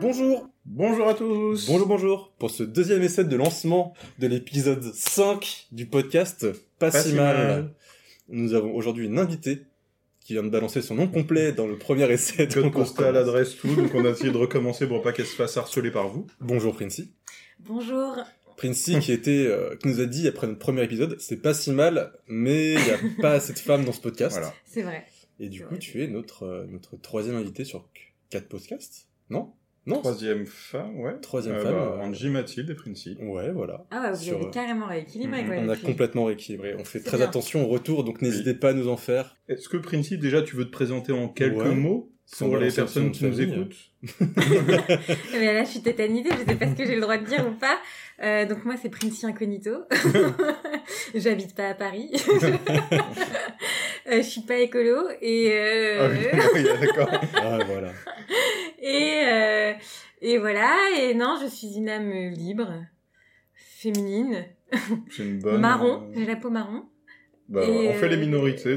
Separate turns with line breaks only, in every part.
Bonjour
Bonjour à tous
Bonjour, bonjour Pour ce deuxième essai de lancement de l'épisode 5 du podcast Pas,
Pas
si
si
mal.
mal.
Nous avons aujourd'hui une invitée qui vient de balancer son nom complet dans le premier essai de
Code
Concours
postal,
Stars.
adresse, tout, donc on a essayé de recommencer pour pas qu'elle se fasse harceler par vous.
Bonjour Princi.
Bonjour.
Princi qui était, euh, qui nous a dit après notre premier épisode, c'est pas si mal, mais il n'y a pas assez de femmes dans ce podcast.
Voilà.
C'est vrai.
Et du
C'est
coup,
vrai.
tu es notre, euh, notre troisième invité sur 4 podcasts Non Non
Troisième femme, ouais.
Troisième
Euh,
femme.
bah,
euh,
Angie, Mathilde et Princi.
Ouais, voilà.
Ah ouais, vous
Sur, euh,
avez carrément rééquilibré.
mm,
quoi,
On
les
a
filles.
complètement rééquilibré. On fait
C'est
très
bien.
attention au retour, donc n'hésitez pas à nous en faire.
Est-ce que Princi, déjà, tu veux te présenter en quelques
Ouais.
mots
On
pour
va
les
lancer le son
personnes
de
qui nous
famille.
écoutent
Mais Eh là, je suis tétanisée, je sais pas ce que j'ai le droit de dire ou pas. Euh, donc moi, c'est Princi Incognito. J'habite pas à Paris. Euh, je suis pas écolo et
Ah oui,
euh,
oui, d'accord.
Ah, voilà.
et euh, et voilà. Et non, je suis une âme libre, féminine,
C'est une bonne...
marron.
euh,
J'ai la peau marron
bah,
Et,
on fait les
euh,
minorités,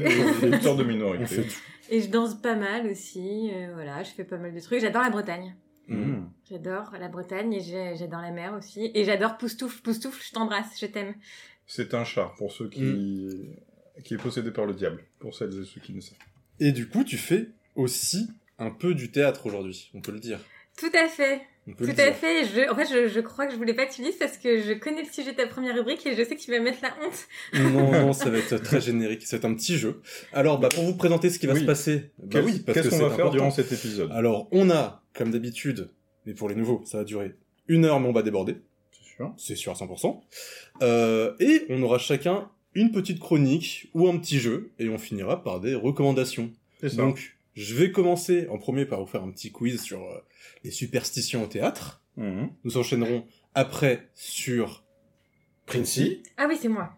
donc les histoires de
On fait
minorités.
tout.
et je danse pas mal aussi. euh, voilà, je fais pas mal de trucs. J'adore la Bretagne.
Mm.
Mm.
J'adore la Bretagne et j'ai- j'adore la mer aussi. Et j'adore Poustoufle. Poustoufle, je t'embrasse, je t'aime.
C'est un chat, pour ceux qui...
Mm.
qui est possédé par le diable, pour celles et ceux qui ne savent pas.
Et du coup, tu fais aussi un peu du théâtre aujourd'hui, on peut le dire.
Tout à fait,
On peut
tout
le
à
dire.
fait. Je, en fait, je, je crois que je voulais pas que tu lises parce que je connais le sujet de ta première rubrique et je sais que tu vas mettre la honte.
Non, non, ça va être très générique. C'est un petit jeu. Alors, bah, pour vous présenter ce qui va
Oui.
se passer, bah
Qu'est-ce-
oui, parce
Qu'est-ce
que
qu'on
c'est
va faire
important. Ah.
durant cet épisode
Alors, on a, comme d'habitude, mais pour les nouveaux, ça va durer une heure, mais on va déborder.
C'est sûr.
c'est sûr à 100%. Euh, et on aura chacun une petite chronique ou un petit jeu, et on finira par des recommandations.
C'est ça.
Donc, je vais commencer en premier par vous faire un petit quiz sur euh, les superstitions au théâtre.
Mhm.
Nous enchaînerons après sur Princi,
Ah oui, c'est moi.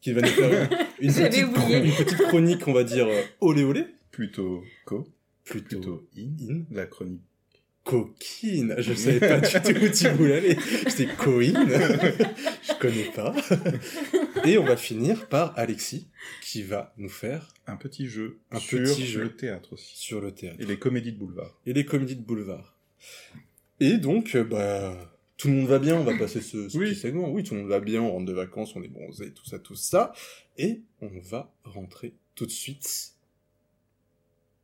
qui va nous faire une, une
J'avais
petite,
oublié.
une petite chronique, on va dire, euh, olé olé,
plutôt co,
plutôt,
plutôt in,
in,
la chronique.
coquine. Je savais pas du tout où tu voulais aller. J'étais coïne. Je connais pas. Et on va finir par Alexis, qui va nous faire
Un petit jeu
Un
sur
petit jeu.
le théâtre aussi.
sur le théâtre
Et les comédies de boulevard.
et les comédies de boulevard. Et donc, euh, bah, tout le monde va bien. On va passer ce, ce
Oui.
petit segment. Oui, tout le monde va bien. On rentre de vacances, on est bronzé, tout ça, tout ça. Et on va rentrer tout de suite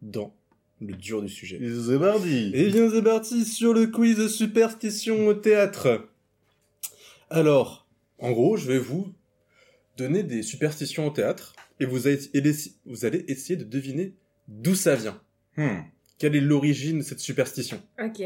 dans le dur du sujet.
Les Bardi
Et bien c'est parti sur le quiz de superstition au théâtre. Alors, en gros, je vais vous donner des superstitions au théâtre et vous allez, et les- vous allez essayer de deviner d'où ça vient. Hmm. Quelle est l'origine de cette superstition
Ok.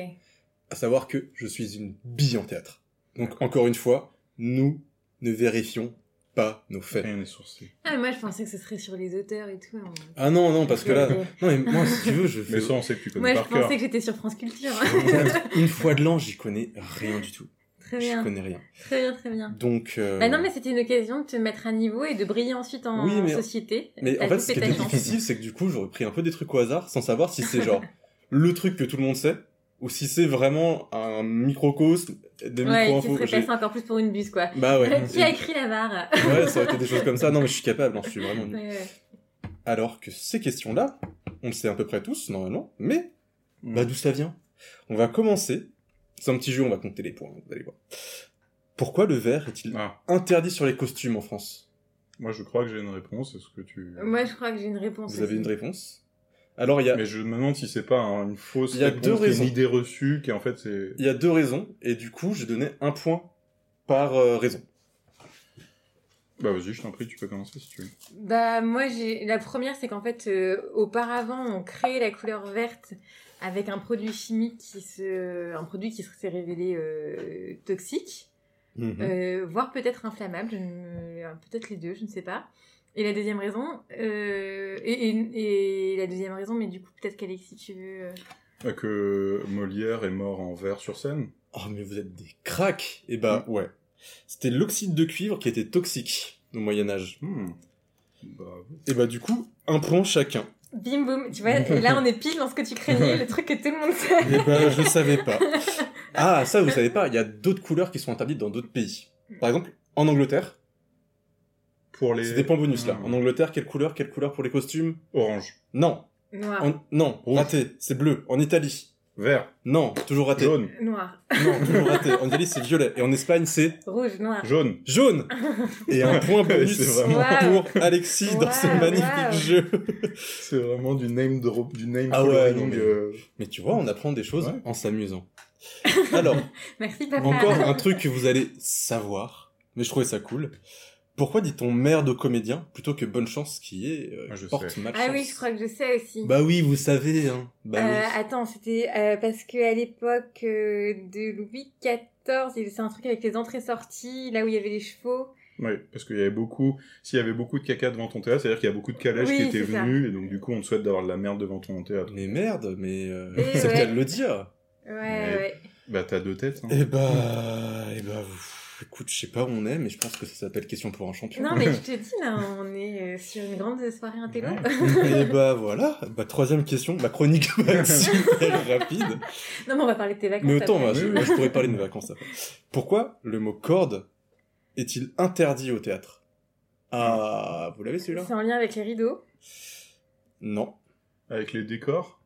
À savoir que je suis une bille en théâtre. Donc encore une fois, nous ne vérifions pas nos faits.
Rien n'est sourcé.
Ah, mais moi, je pensais que ce serait sur les auteurs et tout. hein.
Ah non non parce que là
Ok.
non mais moi si tu veux je
Mais
fais
ça, on sait que tu
Moi,
connais
je
par cœur.
pensais que j'étais sur France Culture. hein.
une fois de l'an j'y connais rien du tout.
très
J'y
bien,
connais rien.
très bien, très bien.
Donc euh,
Bah non, mais c'était une occasion de te mettre à niveau et de briller ensuite en
Oui, mais-
société.
Mais
T'as
en fait,
loupé
ce qui
ta
était
chance.
difficile, c'est que du coup, j'aurais pris un peu des trucs au hasard sans savoir si c'est genre le truc que tout le monde sait ou si c'est vraiment un microcosme des
Ouais, tu
micro-infos.
serais
J'ai-
passé encore plus pour une buse, quoi.
Bah ouais.
Qui a écrit la barre
ouais, ça aurait été des choses comme ça. Non, mais je suis capable, hein, je suis vraiment nul.
Ouais, ouais.
Alors que ces questions-là, on le sait à peu près tous, normalement, mais
Mm.
bah d'où ça vient On va commencer. C'est un petit jeu, on va compter les points, vous allez voir. Pourquoi le verre est-il
Ah,
interdit sur les costumes en France
moi, je crois que j'ai une réponse. Est-ce que tu...
Moi, je crois que j'ai une réponse.
Vous avez
aussi.
une réponse Alors, il y a
Mais je me demande si c'est pas hein, une fausse
Il y a
réponse, qui
deux
est
raisons.
une idée reçue, qui en fait, c'est...
Il y a deux raisons, et du coup, j'ai donné un point par euh, raison.
Bah vas-y, je t'en prie, tu peux commencer si tu veux.
Bah moi j'ai la première c'est qu'en fait euh, auparavant on créait la couleur verte avec un produit chimique qui se un produit qui s'est révélé euh, toxique
Mmh. Mhm.
euh, voire peut-être inflammable je ne- euh, peut-être les deux je ne sais pas et la deuxième raison euh, et, et- et la deuxième raison mais du coup peut-être qu'Alexis tu veux euh,
Euh, Que Molière est mort en verre sur scène
Oh, mais vous êtes des cracks Et bah, ouais. C'était l'oxyde de cuivre qui était toxique au Moyen-Âge.
Hmm. Bah,
Et bah, du coup, un point chacun.
bim boum tu vois et là on est pile dans ce que tu craignais le truc que tout le monde sait
Et bah, je le savais pas. Ah, ça, vous savez pas, il y a d'autres couleurs qui sont interdites dans d'autres pays. Par exemple, en Angleterre,
pour les...
c'est des points bonus là.
Ah,
Mm. En Angleterre, quelle couleur Quelle couleur pour les costumes
Orange.
Non
Noir.
En- Non,
Rouge.
raté, c'est bleu. En Italie.
Vert,
Non, toujours raté.
jaune,
Noir.
Non, toujours raté. En Italie, c'est violet. Et en Espagne, c'est
Rouge, noir.
jaune.
jaune. Et un point bonus
C'est vraiment-
Waouh.
pour Alexis dans ce
Waouh,
magnifique
waouh.
jeu.
C'est vraiment du name drop, du name
Ah ouais,
coloring,
non, mais-
euh,
Mais tu vois, on apprend des choses
Ouais.
en s'amusant. Alors,
Merci, papa.
encore un truc que vous allez savoir, mais je trouvais ça cool. Pourquoi dit-on merde aux comédiens plutôt que bonne chance qui est euh,
Ah, je
porte
sais.
malchance
Ah oui, je crois que je sais aussi.
Bah oui, vous savez, hein. Bah
Euh,
oui.
Attends, c'était euh, parce que à l'époque euh, de Louis XIV, il faisait un truc avec les entrées-sorties, là où il y avait les chevaux.
Oui, parce qu'il y avait beaucoup, s'il y avait beaucoup de caca devant ton théâtre, c'est-à-dire qu'il y a beaucoup de calèches
Oui,
qui étaient
c'est ça.
venues, et donc du coup, on te souhaite d'avoir de la merde devant ton théâtre.
Mais merde, mais euh,
Eh
c'est le cas
ouais.
de le dire.
Ouais,
Ouais.
ouais.
Bah, t'as deux têtes, hein.
Eh bah, eh bah, pff, écoute, je sais pas où on est, mais je pense que ça s'appelle question pour un champion.
Non, mais je te dis, là, on est euh, sur une grande soirée intello.
Ouais.
Et bah voilà, bah troisième question, ma chronique va être super rapide.
non, mais on va parler de tes vacances.
Mais autant,
après.
moi, je, moi, je pourrais parler de mes vacances après. Pourquoi le mot corde est-il interdit au théâtre Ah, vous l'avez celui-là
C'est en lien avec les rideaux,
Non,
Avec les décors.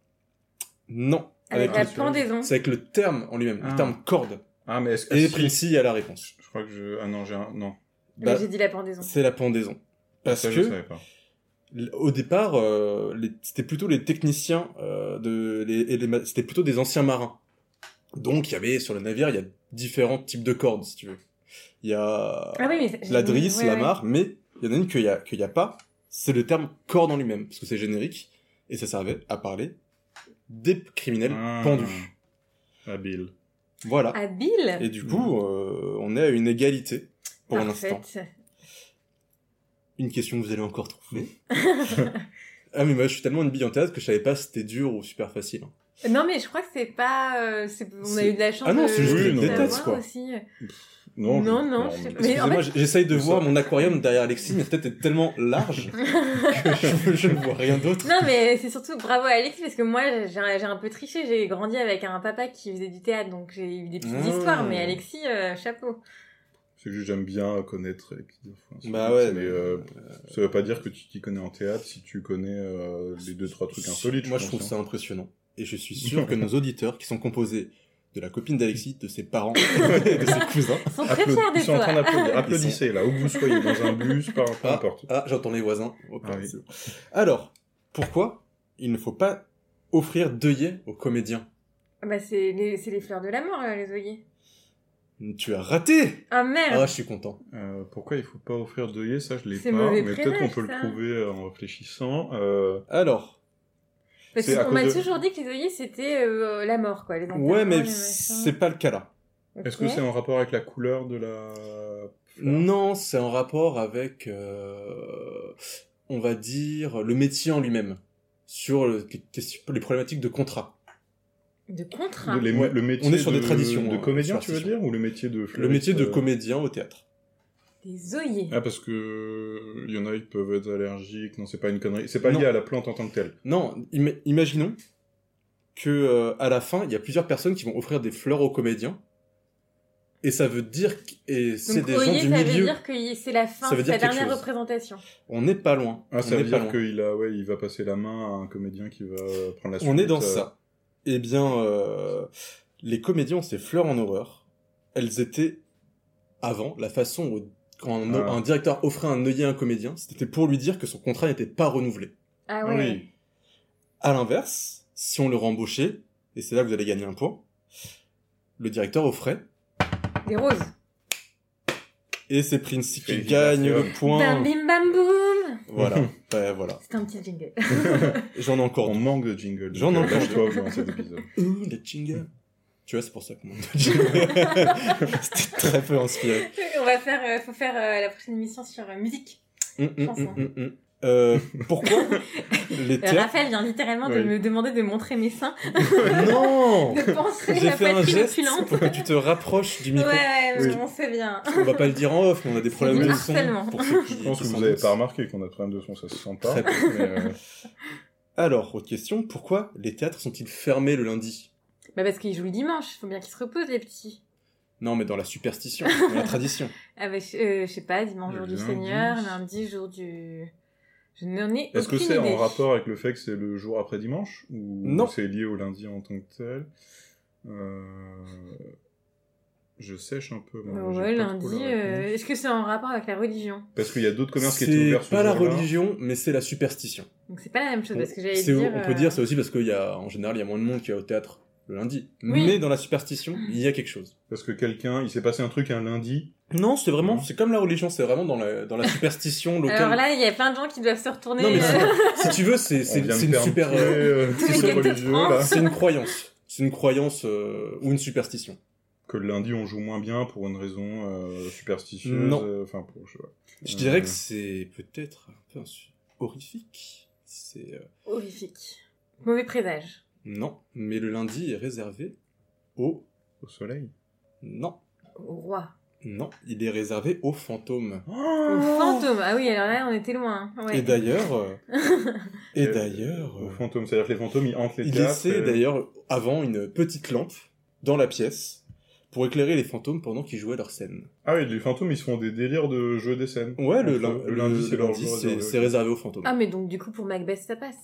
non.
avec,
le-
la pendaison.
C'est Ah, avec le terme en lui-même,
Ah.
le terme corde.
Ah, mais est-ce que.
Et
si-
Princi a la réponse.
Je crois que je. Ah non, j'ai un. Non.
Mais
Bah,
j'ai dit la pendaison.
c'est la pendaison. Parce
ça, je
que
savais pas.
l- au départ, euh, les- c'était plutôt les techniciens euh, de, les, et les ma- c'était plutôt des anciens marins. Donc il y avait sur le navire, il y a différents types de cordes, si tu veux. Il y a
Ah oui, mais c'est-
la drisse,
ouais,
la
ouais.
mare, mais il y en a une qu'il n'y a, qu'il y a pas, c'est le terme corde en lui-même, parce que c'est générique, et ça servait à parler des criminels
Ah.
pendus.
Habile.
Voilà.
À Bill
Et du coup, euh, on est à une égalité pour l'instant. Une question que vous allez encore trouver. ah mais moi je suis tellement une bille en théâtre que je savais pas si c'était dur ou super facile. hein.
Non, mais je crois que c'est pas. euh, c'est- on a
C'est-
eu de la chance.
Ah non,
de-
c'est juste
que je
de
déteste,
l'avoir
quoi.
Aussi. euh.
Non,
Non,
je-
non, je sais
mais-
pas. Mais en
Excusez-moi, j- j'essaye de
Mais
voir
ça-
mon aquarium derrière Alexis, mais peut-être est tellement large que je, je ne vois rien d'autre.
Non, mais c'est surtout bravo à Alexis parce que moi j'ai j'ai un peu triché. J'ai grandi avec un papa qui faisait du théâtre donc j'ai eu des petites
Ah.
histoires. Mais Alexis, euh, chapeau.
C'est juste j'aime bien connaître les petites influences.
Bah ouais.
Mais euh, ça veut pas dire que tu t'y connais en théâtre si tu connais euh, les deux trois trucs insolites.
Moi, je
pense,
trouve
hein.
ça impressionnant. Et je suis sûr que nos auditeurs, qui sont composés de la copine d'Alexis, de ses parents, et de ses cousins.
Ils sont très
Applaudi-
fiers de
Ils sont en train
toi.
d'applaudir. Applaudissez là, où que vous soyez, dans un bus, par peu importe.
Ah, j'entends les voisins. Oh,
Ah oui.
c'est bon. Alors, pourquoi il ne faut pas offrir d'œillets aux comédiens
Bah, c'est les, c'est les fleurs de la mort, euh, les oeillets.
Tu as raté
Ah
Ah,
merde
je suis content.
Euh, pourquoi il faut pas offrir d'œillet Ça, je l'ai
C'est
pas,
mauvais
mais peut-être qu'on
prémisse,
peut le
ça.
trouver euh, en réfléchissant. Euh,
Alors, Ah,
Parce
c'est à
qu'on m'a
cause de-
toujours dit que les oeillets c'était euh, la mort quoi. Les
ouais,
enterrements, les
mais
machins.
c'est pas le cas là.
Est-ce
Ok.
que c'est en rapport avec la couleur de la
Non, c'est en rapport avec, euh, on va dire, le métier en lui-même, sur le- les problématiques de contrat.
de contre
de- les-
Ouais.
le métier
On est sur
de,
des traditions,
de
hein,
comédien,
sur
tu veux
tradition.
dire, ou le métier de
Le métier de
fleuriste, euh,
comédien au théâtre.
des oeillets.
Ah parce que il y en a qui peuvent être allergiques. Non, c'est pas une connerie. C'est pas
Non.
lié à la plante en tant que telle.
Non, im- imaginons que euh, à la fin, il y a plusieurs personnes qui vont offrir des fleurs aux comédiens, et ça veut dire qu- et c'est
Donc
des gens
oeillet,
du
ça veut
milieu.
dire que c'est la fin,
Ça veut
c'est
dire
la
quelque
dernière
chose.
représentation.
On n'est pas loin.
Ah, ça
on
veut
n'est pas
dire
loin.
qu'il a, ouais, il va passer la main à un comédien qui va prendre la suite.
On est dans
euh,
ça. Eh bien, euh, les comédiens ont ces fleurs en horreur. Elles étaient avant la façon où quand un,
Ah.
un directeur offrait un œillet à un comédien, c'était pour lui dire que son contrat n'était pas renouvelé.
Ah
Ah
ouais.
Oui.
À l'inverse, si on le rembauchait, et c'est là que vous allez gagner un point, le directeur offrait
Des roses.
Et c'est Prince qui
Félicitations.
gagne le
Bam
point.
bim bam boum.
Voilà. Ben, voilà.
C'est un petit jingle.
J'en ai encore
euh, On manque de jingle.
J'en ai
donc, euh,
encore.
lâche-toi dans cet épisode.
deux. Ouh, les jingles. Tu vois, c'est pour ça que mon jingle- C'était très peu inspiré.
On va faire, euh, faut faire euh, la prochaine émission sur euh, musique.
Hum, hum,
Chanson.
hum, hum, hum. Euh, pourquoi les
Euh,
théâtres...
Raphaël vient littéralement de
Oui.
me demander de montrer mes seins,
Non
de penser
J'ai
la
fait un
poitrine
geste
opulente.
pour que tu te rapproches du
Ouais,
micro.
ouais, mais
Oui.
on sait bien.
On va pas le dire en off, mais on a des problèmes
du
de son.
harcèlement.
Pour ceux qui,
Je pense
qui
que vous
s'en
n'avez
doutent.
pas remarqué qu'on a de problème de son, ça se sent pas.
Très peu.
mais, euh,
Alors, autre question. Pourquoi les théâtres sont-ils fermés le lundi
Bah parce qu'ils jouent le dimanche, faut bien qu'ils se reposent les petits.
Non, mais dans la superstition, dans la tradition.
Ah bah je euh, je sais pas, dimanche
Le
jour du
lundi.
Seigneur, lundi jour du Je n'en ai
Est-ce que
aucune
c'est
idée.
en rapport avec le fait que c'est le jour après dimanche Ou
Non.
c'est lié au lundi en tant que tel Euh, Je sèche un peu. moi, j'ai
Ouais,
pas trop
lundi.
la réponse.
euh, Est-ce que c'est en rapport avec la religion
Parce qu'il y a d'autres commerces qui étaient
C'est
ouverts hein. ce
pas la
jour-là.
religion, mais c'est la superstition.
Donc c'est pas la même chose parce que j'allais
C'est-
dire.
on peut
euh,
dire ça aussi parce qu'il y a, en général, il y a moins de monde qui va au théâtre le lundi.
Oui.
Mais dans la superstition, il y a quelque chose.
Parce que quelqu'un, il s'est passé un truc un lundi.
Non, c'est vraiment,
Non.
c'est comme la religion, c'est vraiment dans la, dans la superstition locale.
Alors là, il y a plein de gens qui doivent se retourner.
non mais
euh,
si, si tu veux, c'est
On
c'est
vient de
c'est une
faire un
super,
petit-
euh,
euh,
Tous les
truc
gâteaux de
religieux,
France.
là.
c'est une croyance, c'est une croyance euh, ou une superstition.
Que le lundi, on joue moins bien pour une raison euh, superstitieuse.
Non.
euh, Enfin, pour, je sais pas.
Je
Euh.
dirais que c'est peut-être un peu un su- horrifique. C'est euh,
Horrifique. Mauvais présage.
non, mais le lundi est réservé aux
au soleil.
non,
Au roi.
non, il est réservé aux fantômes.
Au
Oh.
fantôme. Ah oui, alors là, on était loin. hein. Ouais.
Et d'ailleurs, euh, et
Euh,
d'ailleurs,
Aux
euh,
fantômes, c'est-à-dire que les fantômes, ils hantent les
il
théâtres,
laissait
euh,
d'ailleurs avant une petite lampe dans la pièce pour éclairer les fantômes pendant qu'ils jouaient leur scène.
Ah oui, les fantômes, ils se font des délires de jeux des scènes.
Ouais, le,
Entre-
lin-
le
le
lundi,
lundi,
c'est leur euh, jour
c'est
réservé,
c'est
ok.
réservé aux fantômes.
Ah mais donc du coup pour Macbeth ça passe.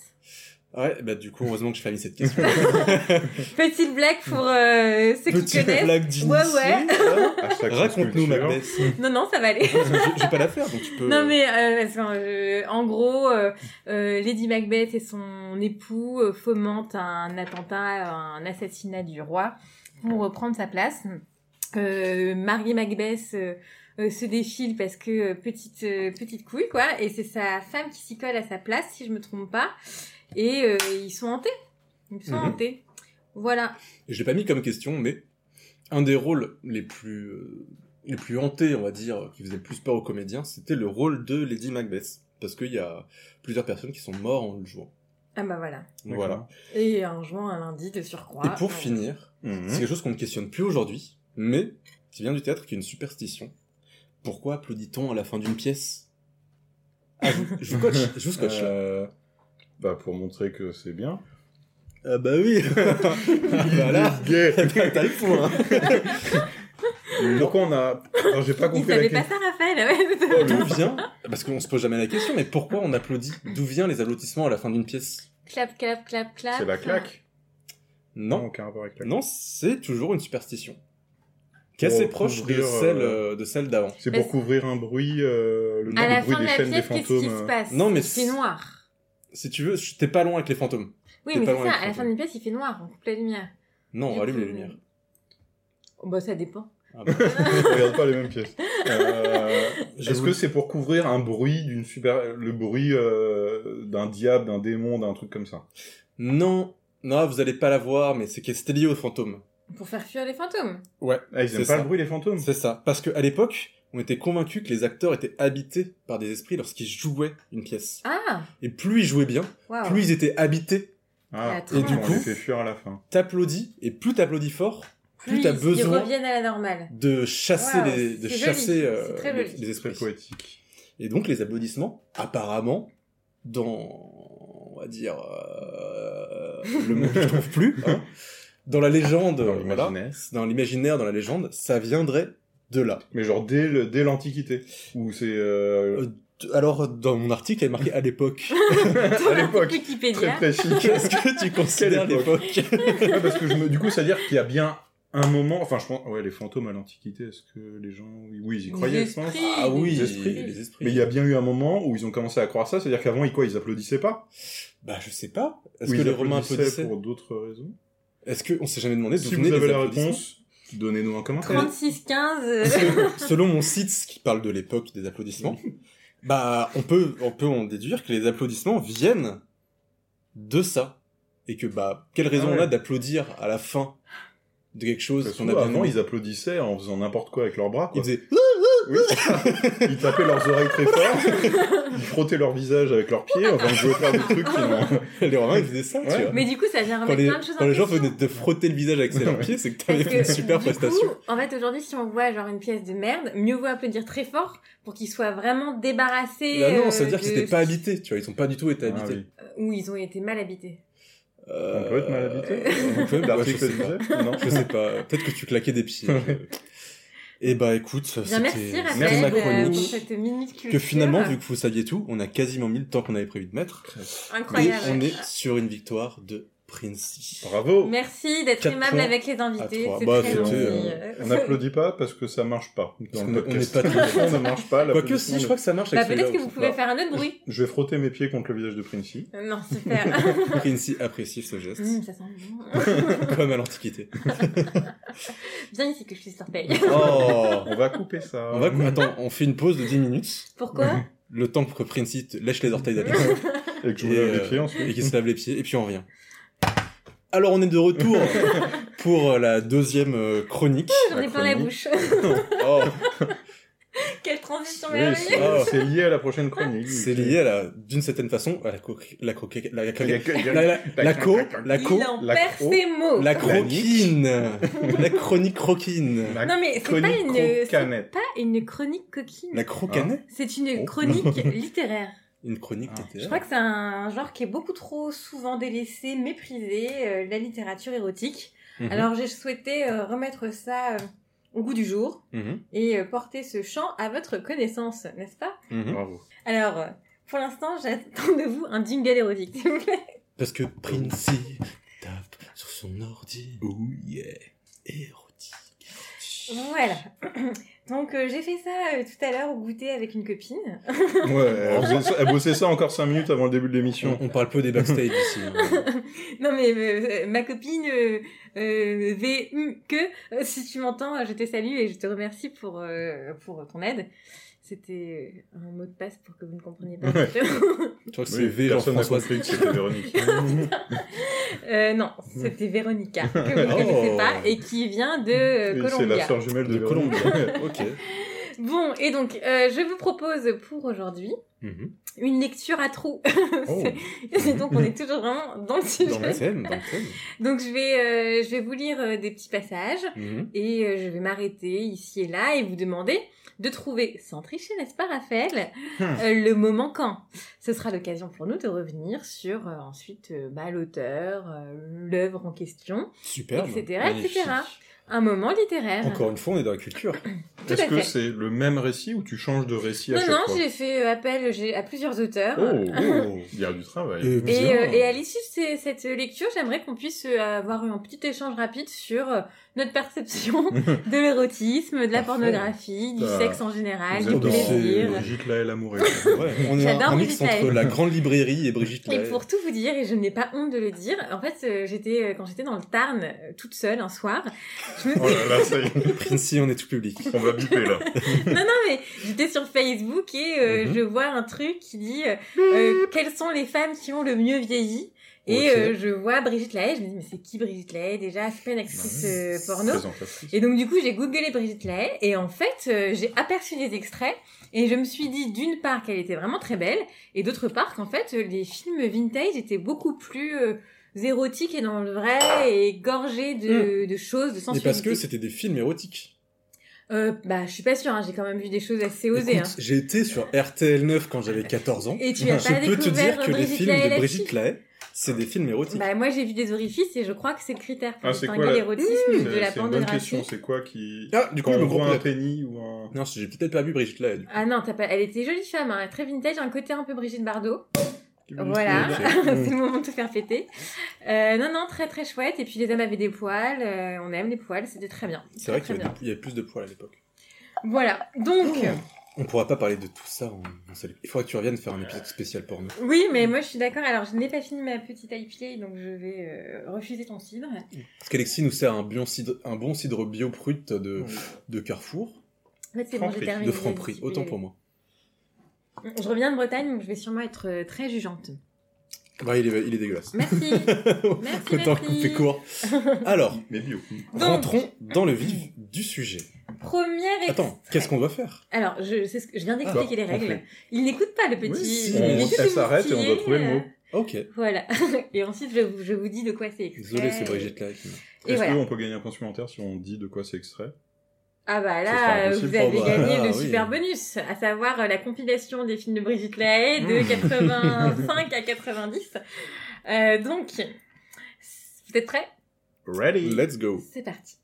Ouais, bah du coup, heureusement que je fais cette question.
Petite blague pour euh, ceux qui
Petite
connaissent.
blague d'initié.
Ouais,
voilà.
Hashtag
Raconte-nous,
culture.
Macbeth.
Non non ça va aller.
je, je vais pas la faire, donc tu peux...
Non mais euh, parce qu'en- euh, en gros, euh, euh, Lady Macbeth et son époux euh, fomentent un attentat, un assassinat du roi pour reprendre sa place. Euh, Marie Macbeth euh, euh, se défile parce que euh, petite euh, petite couille quoi, et c'est sa femme qui s'y colle à sa place si je me trompe pas, et euh, ils sont hantés, ils sont
Mhm.
hantés. Voilà.
Je l'ai pas mis comme question, mais un des rôles les plus, euh, les plus hantés, on va dire, qui faisait le plus peur aux comédiens, c'était le rôle de Lady Macbeth. Parce qu'il y a plusieurs personnes qui sont mortes en le jouant.
Ah bah voilà.
D'accord.
Voilà.
Et un juin, un lundi de surcroît.
Et pour
Ouais.
finir,
Mhm.
C'est quelque chose qu'on ne questionne plus aujourd'hui, mais qui vient du théâtre, qui est une superstition. Pourquoi applaudit-on à la fin d'une pièce ah, je, vous- je vous coach, je vous coach. là.
Euh, bah, pour montrer que c'est bien.
Ah bah oui Voilà
Yeah.
T'as le hein. point
Pourquoi on a. Non, j'ai pas
Il
compris la
savait pas
question. Oh.
ça, Raphaël. ouais.
D'où vient Parce qu'on se pose jamais la question, mais pourquoi on applaudit D'où vient les applaudissements à la fin d'une pièce
clap, clap, clap, clap.
C'est la claque.
Non,
aucun rapport avec la claque.
non, c'est toujours une superstition. Qui est assez
Pour
proche de
couvrir,
celle,
euh,
euh, de celle d'avant.
C'est
Parce-
pour couvrir un bruit, euh, le,
À
le
la
bruit
fin de
des
la
chaînes des
pièce, qu'est-ce qui
fantômes.
se
euh.
passe
Non, mais
Il fait
c'est-
noir.
Si tu veux, je- t'es pas loin avec les fantômes.
Oui,
c'est
mais
pas
c'est
loin
ça.
avec
À la
le
fin d'une pièce, il fait noir. On coupe la lumière.
Non,
Du
on rallume
coup, euh,
les lumières.
oh, Bah, ça dépend.
Ah bah.
On regarde pas les mêmes pièces. Euh,
Je
Est-ce
vous-
que c'est pour couvrir un bruit d'une super, le bruit euh, d'un diable, d'un démon, d'un truc comme ça
Non, non, vous allez pas la voir, mais c'est que c'était lié aux fantômes.
Pour faire fuir les fantômes.
Ouais,
ah, Ils
C'est
aiment pas
ça.
le bruit les fantômes.
c'est ça. Parce qu'à l'époque, on était convaincus que les acteurs étaient habités par des esprits lorsqu'ils jouaient une pièce.
Ah,
Et plus ils jouaient bien,
waouh.
plus ils étaient habités.
Ah,
Et du
on
coup-
les fait fuir à la fin.
T'applaudis, et plus t'applaudis fort, plus
Plus
t'as
ils- Ils
besoin
reviennent à la normale.
de chasser
Waouh,
les, de
c'est
chasser
joli,
euh,
c'est très
les,
joli.
les
C'est très
esprits.
poétique.
Et donc les applaudissements, apparemment, dans, on va dire, euh, le mot que je trouve plus, hein, dans la légende,
Dans
voilà,
l'imaginaire.
dans l'imaginaire, dans la légende, ça viendrait de là.
Mais genre dès le- dès l'Antiquité, où c'est euh,
Euh, Alors, dans mon article, il y avait marqué à l'époque.
à l'époque, très
Wikipédia.
précis.
Qu'est-ce que tu considères
Quelle
l'époque
Ouais, parce que je me... du coup, ça veut dire qu'il y a bien un moment. Enfin, je pense. Ouais, les fantômes à l'Antiquité, est-ce que les gens. Oui, ils y
Les
croyaient, je pense.
esprits.
Ah oui,
Les esprits.
les esprits.
Mais il y a bien eu un moment où ils ont commencé à croire ça, c'est-à-dire qu'avant, ils quoi Ils applaudissaient pas
Bah, je sais pas.
Ou
Est-ce que
ils
les Romains applaudissaient
pour d'autres raisons
Est-ce qu'on s'est jamais demandé d'où
Si
venaient
vous avez
les
la
applaudissements
réponse, donnez-nous un commentaire.
36, 15.
Selon- Selon mon site qui parle de l'époque des applaudissements, bah, on peut, on peut en déduire que les applaudissements viennent de ça. Et que, bah, quelle raison
Ah ouais.
on a d'applaudir à la fin de quelque chose
Parce
qu'on
que
a bien
avant,
aimé
ils applaudissaient en faisant n'importe quoi avec leurs bras.
Ils
Quoi.
faisaient
Oui, c'est ça. Ils tapaient leurs oreilles très fort, ils frottaient leur visage avec leurs pieds, enfin, ils jouaient faire des trucs qui n'ont-
"Ah les Romains, ils faisaient ça, tu
Ouais.
vois.
Mais du coup, ça vient
Quand
remettre
les,
plein de choses
quand
en
les gens
question.
venaient de frotter le visage avec ses leurs pieds, c'est que t'avais
Parce
fait une
que,
super
du
prestation.
coup, en fait, aujourd'hui, si on voit genre une pièce de merde, mieux vaut applaudir très fort pour qu'ils soient vraiment débarrassés.
Bah non,
euh,
ça veut dire
de-
qu'ils n'étaient pas habités, tu vois, ils ont pas du tout été
Ah
habités.
oui.
Ou ils ont été mal habités.
Euh,
On peut être mal habité
on peut- Euh, ouais, je
L'article
sais pas.
disait Non.
Je sais pas, peut-être que tu claquais des pieds.
Ouais.
Et bah écoute,
Bien, merci
c'était
Raphaël
c'était ma
euh, pour
chronique.
cette minute culture.
Que finalement, vu que vous saviez tout, on a quasiment mis le temps qu'on avait prévu de mettre. Et
Incroyable.
on est sur une victoire de Princey.
Bravo
Merci d'être
Quatre
aimable
points
avec les invités.
trois.
C'est
Bah,
très
c'était,
gentil.
euh,
On n'applaudit pas parce que ça marche pas dans
Parce
le
qu'on- on
podcast.
n'est pas tous-
ça marche pas.
Quoique
l'applaudissement
si, je crois que ça marche
Bah,
avec
peut-être que vous pouvez
Bah.
faire un autre bruit.
ne- Je vais frotter mes pieds contre le visage de Princey.
Euh, Non, super.
Princey apprécie ce geste,
Hum, ça sent bon.
comme à l'Antiquité.
Viens ici que je suis sur paye.
Oh
On va couper ça.
on va, cou- Attends, on fait une pause de 10 minutes,
Pourquoi
le temps que Princey te lèche les orteils d'Alex.
Et que je vous
Et,
lave
euh,
les pieds ensuite.
et qui se lave les pieds, et puis on revient. Alors on est de retour pour la deuxième euh, chronique.
J'en ai plein la bouche.
Oh,
Quelle transition
Oui,
merveilleuse.
c'est c'est lié à la prochaine chronique.
c'est lié à la, d'une certaine façon, à la co- la croquette, la,
Il y a que- il y a-
la, la, la co, la co,
Il en
la
perd
cro-
ses mots.
la croquine, la chronique Bah, croquine,
la
Non, mais c'est pas
chronique
une,
aux
c'est
canettes.
pas une chronique coquine.
la crocanet,
C'est une
Oh.
chronique littéraire.
une chronique
Ah.
littéraire.
Je crois que c'est un genre qui est beaucoup trop souvent délaissé, méprisé, euh, la littérature érotique.
Mhm,
Alors j'ai souhaité euh, remettre ça euh, au goût du jour
mhm,
et euh, porter ce chant à votre connaissance, n'est-ce pas
mhm.
Bravo.
Alors, euh, pour l'instant, j'attends de vous un jingle érotique, s'il vous plaît.
Parce que Princey tape sur son ordi. Oh yeah, érotique.
Voilà. Donc euh, j'ai fait ça euh, tout à l'heure au goûter avec une copine.
Ouais, elle, faisait ça- elle bossait ça encore 5 minutes avant le début de l'émission.
On, on parle peu des backstage ici. hein.
Non mais euh, euh, ma copine euh, euh, V U, que euh, si tu m'entends, euh, je te salue et je te remercie pour euh, pour ton aide. C'était euh, un mot de passe pour que vous ne compreniez pas.
Ouais.
Je crois que c'est
Oui,
V
personne n'a
Jean-François.
compris que c'était Véronique.
Euh, non, c'était Véronica que vous ne
Oh.
connaissez pas et qui vient de euh,
Oui, c'est
Colombia.
la sœur jumelle de, hein.
De
Véronique.
ok.
Bon et donc euh, je vous propose pour aujourd'hui
Mhm.
une lecture à trous.
Oh,
C'est- donc on est toujours vraiment dans le sujet.
Dans le thème, dans le thème.
Donc je vais euh, je vais vous lire euh, des petits passages.
Mhm.
Et euh, je vais m'arrêter ici et là et vous demander de trouver, sans tricher, n'est-ce pas Raphaël,
Hmm.
euh, le mot manquant. Ce sera l'occasion pour nous de revenir sur euh, ensuite euh, bah, l'auteur, euh, l'œuvre en question,
Superbe.
etc.,
magnifique.
etc. Un moment littéraire.
Encore une fois, on est dans la culture.
Tout à
Est-ce que
fait.
c'est le même récit ou tu changes de récit à
Non,
chaque
non,
fois
j'ai fait euh, appel j'ai- à plusieurs auteurs.
Oh, oh, il y a du travail.
Et-
Et,
Bien.
euh, et à l'issue de ces- cette lecture, j'aimerais qu'on puisse euh, avoir un petit échange rapide sur euh, notre perception de l'érotisme, de la
Parfait.
pornographie, du
Ça-
sexe en général,
Bah, Vous
Ah, du
êtes dans
plaisir.
Brigitte Laël amoureux.
Ouais, on est un,
J'adore
un mix
Brigitte Lahaie.
entre la grande librairie et Brigitte
Et
Lahaie.
pour tout vous dire, et je n'ai pas honte de le dire, en fait, euh, j'étais euh, quand j'étais dans le Tarn euh, toute seule un soir, je me
Oh là là, ça y est,
Princey, on est tout public.
on va biper là.
non non mais j'étais sur Facebook et euh,
Mhm.
je vois un truc qui dit euh, euh, quelles sont les femmes qui ont le mieux vieilli et
Hum. Ok.
euh, je vois Brigitte Lahaye, je me dis mais c'est qui Brigitte Lahaye déjà C'est pas une actrice
Bah,
euh, porno.
Présentatrice.
Et donc du coup j'ai googlé Brigitte Lahaye et en fait euh, j'ai aperçu des extraits et je me suis dit d'une part qu'elle était vraiment très belle et d'autre part qu'en fait euh, les films vintage étaient beaucoup plus euh, érotiques et dans le vrai et gorgés de, de choses, de
Et
sensualité.
Hum. parce que c'était des films érotiques.
Euh, bah je suis pas sûre, hein, j'ai quand même vu des choses assez osées. hein.
Écoute, J'ai été sur RTL 9 quand j'avais 14 ans.
Et tu as
Je
pas
peux te
découvert
dire que les
Brigitte
films
Lahaie
de
là-dessus
Brigitte Lahaie, c'est des films
hein.
érotiques.
Bah moi j'ai vu des orifices et je crois que c'est le critère pour
Ah, c'est
distinguer
quoi, la-
l'érotisme
C'est
de la
c'est une bonne question,
pornographie.
c'est quoi qui...
ah, du coup,
Quand
je
on
me gros
voit un penny ou un...
Non, j'ai peut-être pas vu Brigitte Lahaie. du coup.
Ah non, t'as pas... elle était jolie femme, hein, très vintage, un côté un peu Brigitte Bardot. Voilà,
Ok.
c'est le moment de tout faire péter. Euh, non, non, très très chouette. Et puis les hommes avaient des poils, euh, on aime les poils, c'était très bien.
C'est vrai
Très
qu'il y, avait
bien.
des- il y avait plus de poils à l'époque.
Voilà, donc,
On pourra pas parler de tout ça en un seul épisode. Il faudra que tu reviennes faire un épisode spécial porno.
oui, mais moi je suis d'accord. Alors je n'ai pas fini ma petite IPA, donc je vais euh, refuser ton cidre.
Parce qu'Alexis nous sert un, bion cidre- un bon cidre bio brut de, de Carrefour,
En fait, c'est bon, j'ai
Franprix,
terminé.
de Franprix, autant pour moi.
moi. Je reviens de Bretagne, donc je vais sûrement être euh, très jugeante.
Bah, il, est, il est dégueulasse.
Merci, merci,
autant qu'on fait
merci.
court. Alors,
Mais bio.
Donc-
rentrons dans le vif du sujet.
Première
Attends,
extrait.
qu'est-ce qu'on doit faire
Alors, je, c'est ce que, je
Ah.
viens d'expliquer les
on
règles.
fait.
Il n'écoute pas le petit.
Oui, si,
il
on-
est tout
elle s'arrête et on doit
émoustillé,
trouver le
euh,
mot.
Ok.
Voilà. Et ensuite, je vous, je vous dis de quoi c'est extrait.
Désolé, c'est Brigitte là. qui-
Et
Est-ce
voilà.
qu'on peut gagner un point supplémentaire si on dit de quoi c'est extrait
Ah bah
Ce sera
là,
impossible
vous
pour
avez
moi.
gagné
Ah,
le
oui.
super bonus, à savoir euh, la compilation des films de Brigitte Lahaye
Mmh.
de 85 à 90. Euh, donc, vous êtes prêts
Ready
Let's go.
C'est parti.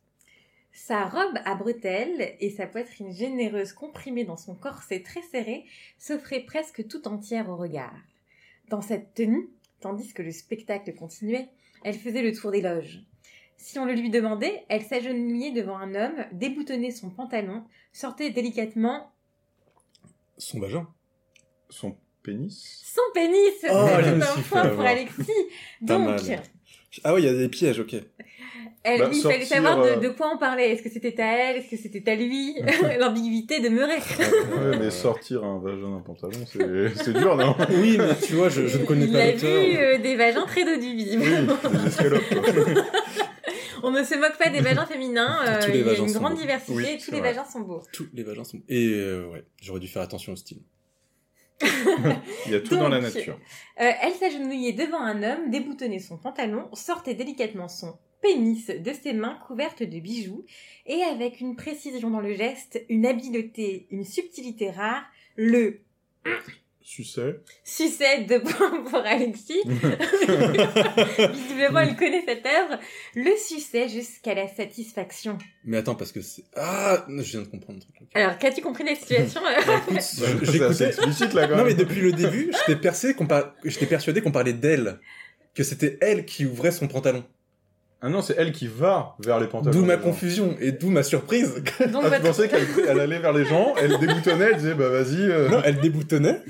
Sa robe à bretelles et sa poitrine généreuse comprimée dans son corset très serré s'offraient presque tout entière au regard. Dans cette tenue, tandis que le spectacle continuait, elle faisait le tour des loges. Si on le lui demandait, elle s'agenouillait devant un homme, déboutonnait son pantalon, sortait délicatement
Son vagin.
Son pénis
son pénis
Oh,
C'est un
le sifflet,
point pour
alors.
Alexis
Pas
Donc,
mal. Ah oui, il y a des pièges, ok.
elle,
Bah,
il fallait
sortir,
savoir
euh,
de, de quoi on parlait. Est-ce que c'était à elle Est-ce que c'était à lui L'ambiguïté demeurait.
Ouais, mais sortir un vagin d'un pantalon, c'est c'est dur, non
Oui, mais tu vois, je, je ne connais
il
pas
a
l'auteur.
vu euh, des vagins très dodus,
Oui,
visiblement.
des escalopes, quoi.
On ne se moque pas des vagins féminins. euh,
Tous les
il y a
vagins
une
sont
grande
beaux.
diversité
Oui,
et tous
c'est
les
vrai.
vagins sont beaux.
Tous les vagins sont. Et euh, ouais, j'aurais dû faire attention au style.
Il y a tout dans la
Donc,
nature.
Euh, elle s'agenouillait devant un homme, déboutonnait son pantalon, sortait délicatement son pénis de ses mains couvertes de bijoux, et avec une précision dans le geste, une habileté, une subtilité rare, le
Sucet.
sucette de points pour Alexis. Visiblement, elle connaît cette œuvre. Le suçait jusqu'à la satisfaction.
Mais attends, parce que c'est. Ah Je viens de comprendre un truc.
Alors, qu'as-tu compris de la situation euh
Bah, écoute, je-
C'est assez
j'écoutais.
explicite, là, quand
Non, mais
même.
depuis le début, j'étais persuadé qu'on par- j'étais persuadé qu'on parlait d'elle. Que c'était elle qui ouvrait son pantalon.
Ah non, c'est elle qui va vers les pantalons.
D'où ma
des gens.
confusion et d'où ma surprise.
Donc,
Ah, tu
votre-
pensais qu'elle elle allait vers les gens, elle déboutonnait, elle disait bah vas-y. euh.
Non, elle déboutonnait,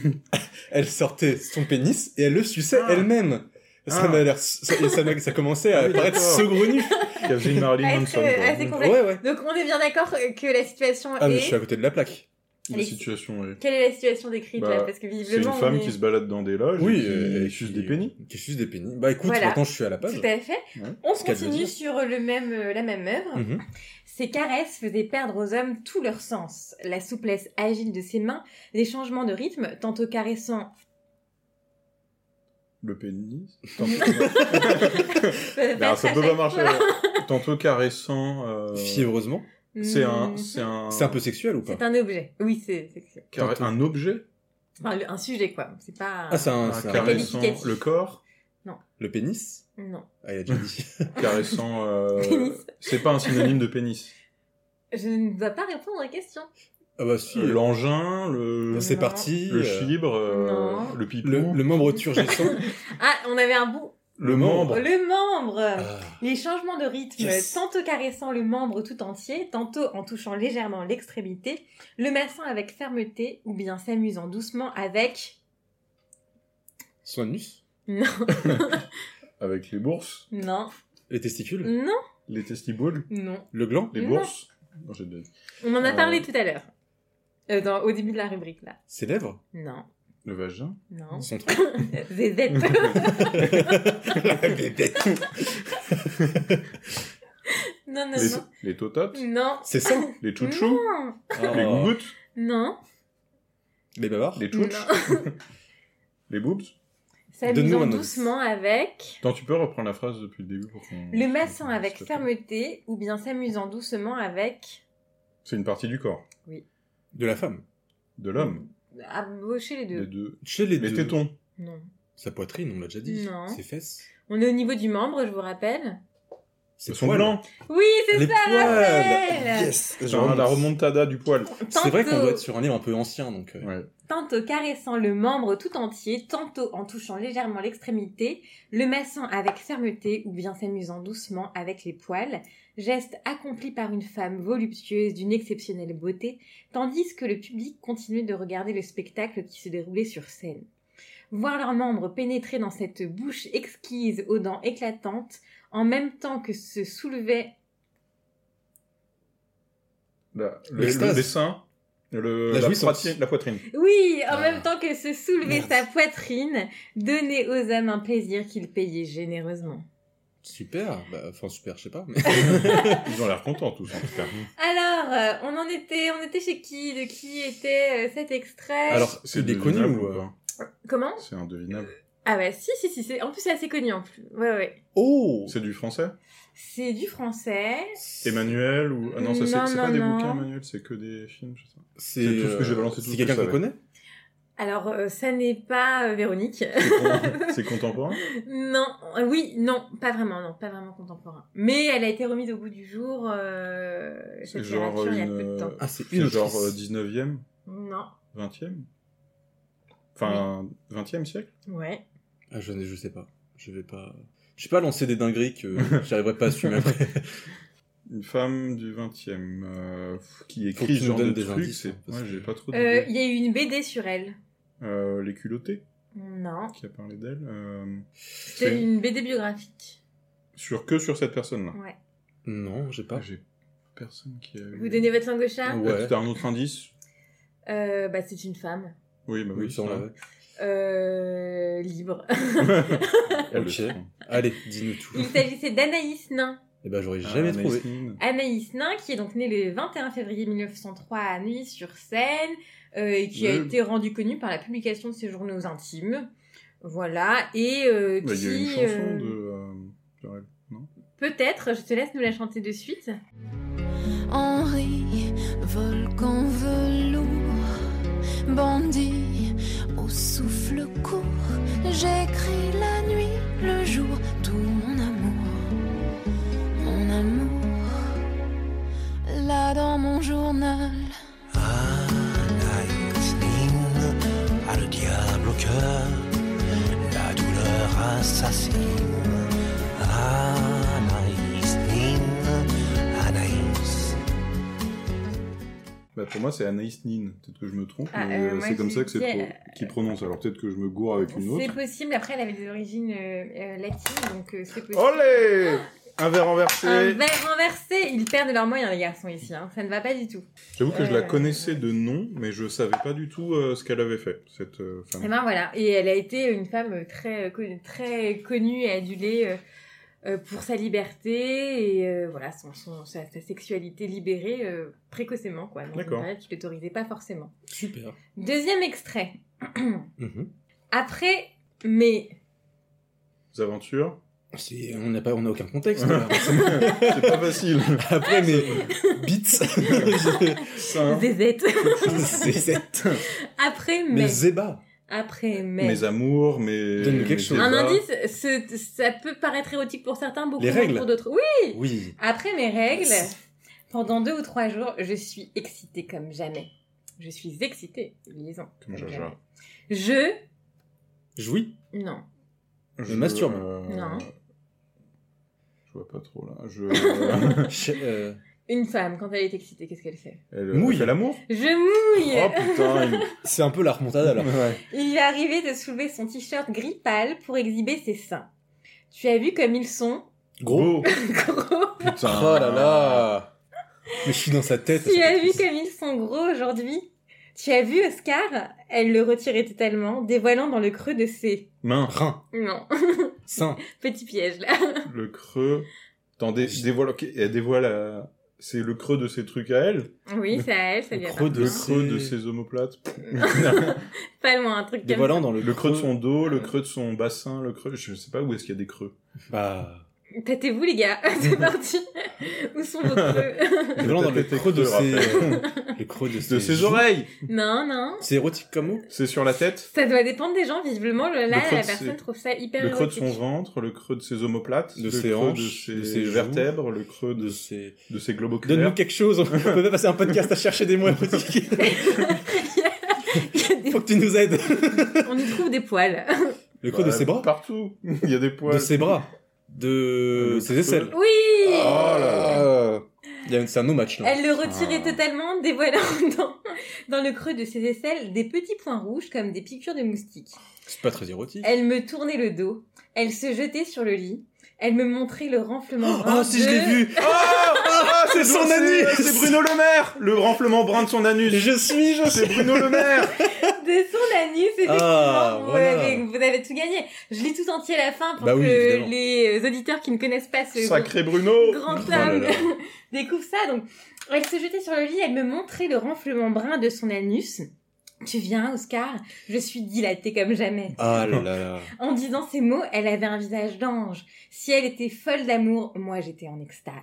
elle sortait son pénis et elle le suçait
Ah.
elle-même. Ça
Ah.
m'a l'air, ça, et ça, m'a- ça commençait
Ah
à
oui,
paraître
d'accord.
saugrenu.
Qu'elle faisait une Marilyn
Ah, est-ce
Manson.
que-
quoi.
ah, c'est con- Ouais.
Ouais, ouais.
Donc, on est bien d'accord que la situation
Ah, mais
est...
je suis à côté de la plaque.
La situation est.
Quelle est la situation décrite
Bah,
là Parce que
C'est une
visiblement, on
femme
est-
qui se balade dans des loges. et qui- et
euh,
qui suce des pénis.
Qui suce des pénis. Bah écoute,
Voilà.
maintenant je suis à la page.
Tout à fait.
Ouais.
On
Ce qu'elle veut
continue
dire.
sur le même, euh, la même œuvre.
Mm.
Mhm.
Ses caresses faisaient perdre aux hommes tout leur sens. La souplesse agile de ses mains, les changements de rythme, tantôt caressant,
Le pénis. Tantôt, Ben, ça peut pas marcher. Tantôt caressant. euh, ah.
Fiévreusement.
C'est un,
Mm.
c'est un,
C'est un peu sexuel ou pas
C'est un objet. Oui, c'est c'est- c'est-
carré-
Tantôt.
un objet.
enfin, le- un sujet quoi. C'est pas.
Ah, c'est un,
Un
c'est un-
caressant
qualificatif.
le corps,
Le pénis
Non,
Ah, il a déjà dit.
caressant. euh,
Pénis.
C'est pas un synonyme de pénis.
je ne dois pas répondre à la question.
ah bah si.
L'engin, le,
C'est
Non.
parti.
le
euh,
chibre, euh,
Non.
le pipou,
le,
le,
le membre turgescent.
Ah, on avait un bout.
membre.
Le membre.
Ah.
Les changements de rythme,
Yes.
tantôt caressant le membre tout entier, tantôt en touchant légèrement l'extrémité, le massant avec fermeté ou bien s'amusant doucement avec...
Son anus
Non,
avec les bourses,
non,
Les testicules
non,
les testibules,
non.
Le gland
les
Non.
bourses. Non, j'ai dit-
On en a
Euh.
parlé tout à l'heure, Euh, dans- au début de la rubrique là.
Ses lèvres
Non,
Le vagin.
non. Euh,
Son truc
Zézette. non, non,
les,
non. Mm.
les tototes,
Non,
C'est ça
les chouchous,
Mm.
les
Ah.
gougouttes,
non.
Les bavards
les
Non.
chouches, les boobs.
Donne-nous
S'amusant
un indice.
doucement avec...
Attends, tu peux reprendre la phrase depuis le début pour qu'on.
Le massant avec
s'il te plaît.
fermeté ou bien s'amusant doucement avec
C'est une partie du corps,
De la femme
de l'homme,
abrocher les
les
deux.
deux.
Chez les,
Les
deux.
tétons,
Non.
Sa poitrine, on l'a déjà dit.
Non.
Ses fesses
On est au niveau du membre, je vous rappelle.
Ses
ils sont
poils.
blancs.
Oui, c'est
Les
ça,
poils
Raphaël
Yes
Genre la remontada du poil.
C'est vrai qu'on
Tantôt-
doit être sur un livre un peu ancien, donc... euh,
Ouais.
Tantôt caressant le membre tout entier, tantôt en touchant légèrement l'extrémité, le massant avec fermeté ou bien s'amusant doucement avec les poils, geste accompli par une femme voluptueuse d'une exceptionnelle beauté, tandis que le public continuait de regarder le spectacle qui se déroulait sur scène. Voir leurs membres pénétrer dans cette bouche exquise aux dents éclatantes, en même temps que se soulevait
La- Bah, le,
L'extase.
le dessin, le,
La
la,
jouissance.
poitrine- la poitrine.
Oui, en
Ah.
même temps que se soulever
Merde.
sa poitrine, donner aux hommes un plaisir qu'ils payaient généreusement.
Super bah, Enfin, super, je sais pas. mais-
Ils ont l'air contents tous en tout cas.
Alors, euh, on en était, on était chez qui De qui était euh, cet extrait
Alors, c'est des connus
devinable
ou... euh,
pas
Comment
C'est indevinable.
Ah bah si, si, si, c'est en plus c'est assez connu en plus. Ouais, ouais.
Oh
C'est du français
C'est du français.
Emmanuel ou ah non ça c'est
Non,
c'est
non,
pas des
non.
bouquins Emmanuel c'est que des films je sais pas.
C'est
tout ce que
euh,
j'ai balancé, tout
C'est
ce que
quelqu'un
je
qu'on
savais.
connaît
Alors, euh, ça n'est pas euh, Véronique.
C'est con- C'est contemporain
non, euh, oui, non, pas vraiment, non, pas vraiment contemporain. Mais elle a été remise au goût du jour euh,
C'est
cette
genre
littérature il y a peu de
une.
temps.
Ah, c'est
c'est
une
genre
autrice.
euh, 19e,
Non,
20e Enfin, 20e siècle
ouais.
Ah, je, ne- je sais pas. Je vais pas. Je vais pas lancer des dingueries que j'arriverai pas à assumer après.
Une femme du 20e euh, qui
Faut que
écrit
tu
ce
nous
genre de
donnes des
trucs.
indices,
c'est-
hein, parce
Ouais,
que-
j'ai pas trop
Euh,
d'idées.
Il y a eu une BD sur elle.
Euh, les culottés
Non,
qui a parlé d'elle. euh,
c'était
c'est
une BD biographique.
sur que sur cette personne-là.
Ouais.
Non, j'ai pas.
Ah, j'ai personne qui a. eu-
Vous donnez votre langue au chat
Ouais.
Ah, tu as un autre indice
Euh, Bah, c'est une femme
Oui, bah oui,
Oui, ça, on
ça.
l'avait.
euh, libre.
Elle le
Ok.
sent.
Allez, dis-nous tout.
Il s'agissait d'Anaïs Nain.
Eh ben, j'aurais jamais
Ah,
trouvé.
Anaïs Nin.
Anaïs Nain, qui est donc née le 21 février 1903 à Neuilly-sur-Seine, euh, et qui a
Oui.
été rendue connue par la publication de ses journaux intimes. Voilà, et euh,
Bah, Il
qui...
y a une chanson
euh,
de. euh,
Peut-être, je te laisse nous la chanter de suite.
Henri, volcan velours, bandit au souffle court, j'écris la nuit, le jour, tout mon amour, mon amour, là dans mon journal.
Anaïs Nin, a le diable au cœur, la douleur assassine. Anaïs Nin, Anaïs.
Bah, pour moi, c'est Anaïs Nin. Peut-être que je me trompe,
Ah,
mais
euh,
euh,
moi,
c'est comme
je
ça que c'est
disais,
pro- qui prononce. Alors peut-être que je me gourre avec une
C'est
autre.
possible, après elle avait des origines euh, euh, latines, donc euh, c'est possible.
Olé Un verre renversé
Un verre renversé Ils perdent leurs moyens, les garçons, ici. hein. Ça ne va pas du tout.
J'avoue que je la
Euh,
connaissais de nom, mais je savais pas du tout euh, ce qu'elle avait fait, cette euh,
Et
femme.
ben voilà. Et elle a été une femme très, euh, con- très connue et adulée euh, euh, pour sa liberté et euh, voilà, son, son- sa, sa sexualité libérée euh, précocement. quoi. Donc,
D'accord.
une période qui ne l'autorisait pas forcément.
Super.
Deuxième extrait.
Mhm.
Après, mais.
Les aventures
C'est- On n'a pas, on n'a aucun contexte. là.
C'est pas facile.
Après, mais beats.
Ça, hein.
Zézette.
c'est cette.
Après, mais.
Mais Zéba.
Après, mais.
Mes amours, mes...
Donne-nous
mes
quelque chose.
Un
débats.
indice, ce- ça peut paraître érotique pour certains, beaucoup
Les
moins
règles.
pour d'autres. Oui,
Oui.
Après mes règles,
Yes.
pendant deux ou trois jours, je suis excitée comme jamais. Je suis excitée, liaison.
Comme Jaja.
hein.
jamais. Je.
Jouis.
Non.
Je,
Me masturbe.
euh,
Non.
Je vois pas trop, là. Je... euh,
Ch- euh,
Une femme, quand elle est excitée, qu'est-ce qu'elle fait
Elle,
Mouille.
elle fait l'amour
Je mouille
Oh, putain il-
C'est un peu la remontade alors.
Ouais.
Il lui est arrivé de soulever son t-shirt gris pâle pour exhiber ses seins. Tu as vu comme ils sont
Beau.
Gros.
gros
Putain
Oh là là. Mais je suis dans sa tête.
Tu as
cette
vu
actrice.
comme ils sont gros aujourd'hui Tu as vu Oscar Elle le retirait totalement, dévoilant dans le creux de ses...
Main,
Rein.
Non.
Sein.
Petit piège, là.
le creux... Attendez, je dévoile... ok, Elle dévoile... euh, C'est le creux de ses trucs à elle
Oui, c'est à elle, ça
Le
lui
creux de
Le
appartient.
creux de ses omoplates Le
Pas loin, un truc comme ça.
Dévoilant dans le,
creux de son dos, le creux de son bassin, le creux... Je sais pas où est-ce qu'il y a des creux.
Bah.
Tâtez-vous les gars, c'est parti. Où sont vos creux
Dévoilant dans le
Peut-être
creux de
creux,
ses.
rappelle.
Le creux de ses.
De ses
joues.
oreilles
Non, non.
C'est érotique comme mot.
C'est sur la tête
Ça doit dépendre des gens, visiblement. Là,
Le
la
creux de ses-
personne trouve ça hyper
Le creux de
érotique.
son ventre, le creux de ses omoplates,
De
le
ses
creux
hanches,
de
de
ses
ses joues.
vertèbres, le creux de,
De ses.
de ses globes
Donne-nous
oculaires.
quelque chose. On peut pas passer un podcast à chercher des mots érotiques.
Il y a des-
Faut que tu nous aides.
On y trouve des poils.
Le creux de
Bah,
ses bras.
Partout Il y a des poils.
De ses bras. De
Le
ses
creux.
aisselles. Ah.
Oui
Oh là là
Il y a- C'est un no-match là.
Elle le retirait
Ah.
totalement, dévoilant dans, dans le creux de ses aisselles des petits points rouges comme des piqûres de moustiques.
C'est pas très érotique.
Elle me tournait le dos. Elle se jetait sur le lit. Elle me montrait le renflement brun
Oh, si je
de-
l'ai vu
Ah, Ah, c'est
Son
son anus
anus
C'est Bruno Le Maire Le renflement brun de son anus
Je suis, je suis
C'est Bruno Le Maire
de son anus, effectivement.
Ah,
hein. vous,
voilà.
avez, vous avez tout gagné. Je lis tout entier à la fin pour
Bah
que
oui, évidemment.
les euh, auditeurs qui ne connaissent pas ce
Sacré Bruno
grand
Oh là
homme
là.
découvrent ça. Donc, elle se jetait sur le lit, elle me montrait le renflement brun de son anus. Tu viens, Oscar Je suis dilatée comme jamais.
Ah là là
En disant ces mots, elle avait un visage d'ange. Si elle était folle d'amour, moi j'étais en extase.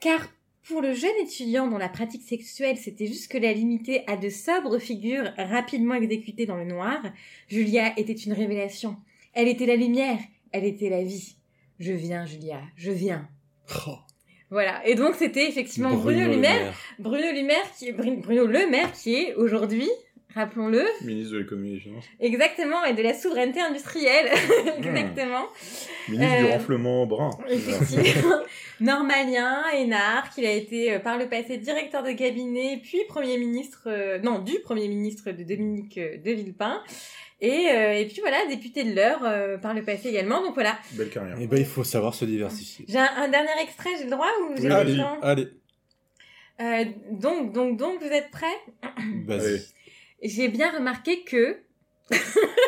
Car Pour le jeune étudiant dont la pratique sexuelle s'était jusque-là limitée à de sobres figures rapidement exécutées dans le noir, Julia était une révélation. Elle était la lumière, elle était la vie. Je viens, Julia, je viens.
Oh,
Voilà. Et donc c'était effectivement Bruno,
Le
Lumer,
Maire.
Bruno Lumaire qui est Bru- Bruno Le Maire qui est aujourd'hui, rappelons-le,
Ministre de l'économie et des finances.
exactement et de la souveraineté industrielle,
Hmm.
exactement.
Ministre du
Euh,
renflement brun.
Effectivement. Normalien, Hénard, qu'il a été euh, par le passé directeur de cabinet, puis Premier ministre, euh, non, du Premier ministre de Dominique euh, de Villepin. Et, euh, et puis voilà, député de l'heure par le passé également. Donc voilà,
Belle carrière.
Eh ben, il faut savoir se diversifier.
j'ai un, un dernier extrait, j'ai le droit ou j'ai
Oui,
le
vas-y.
temps
Allez,
Euh, Donc, donc, donc, vous êtes prêts
vas-y.
J'ai bien remarqué que...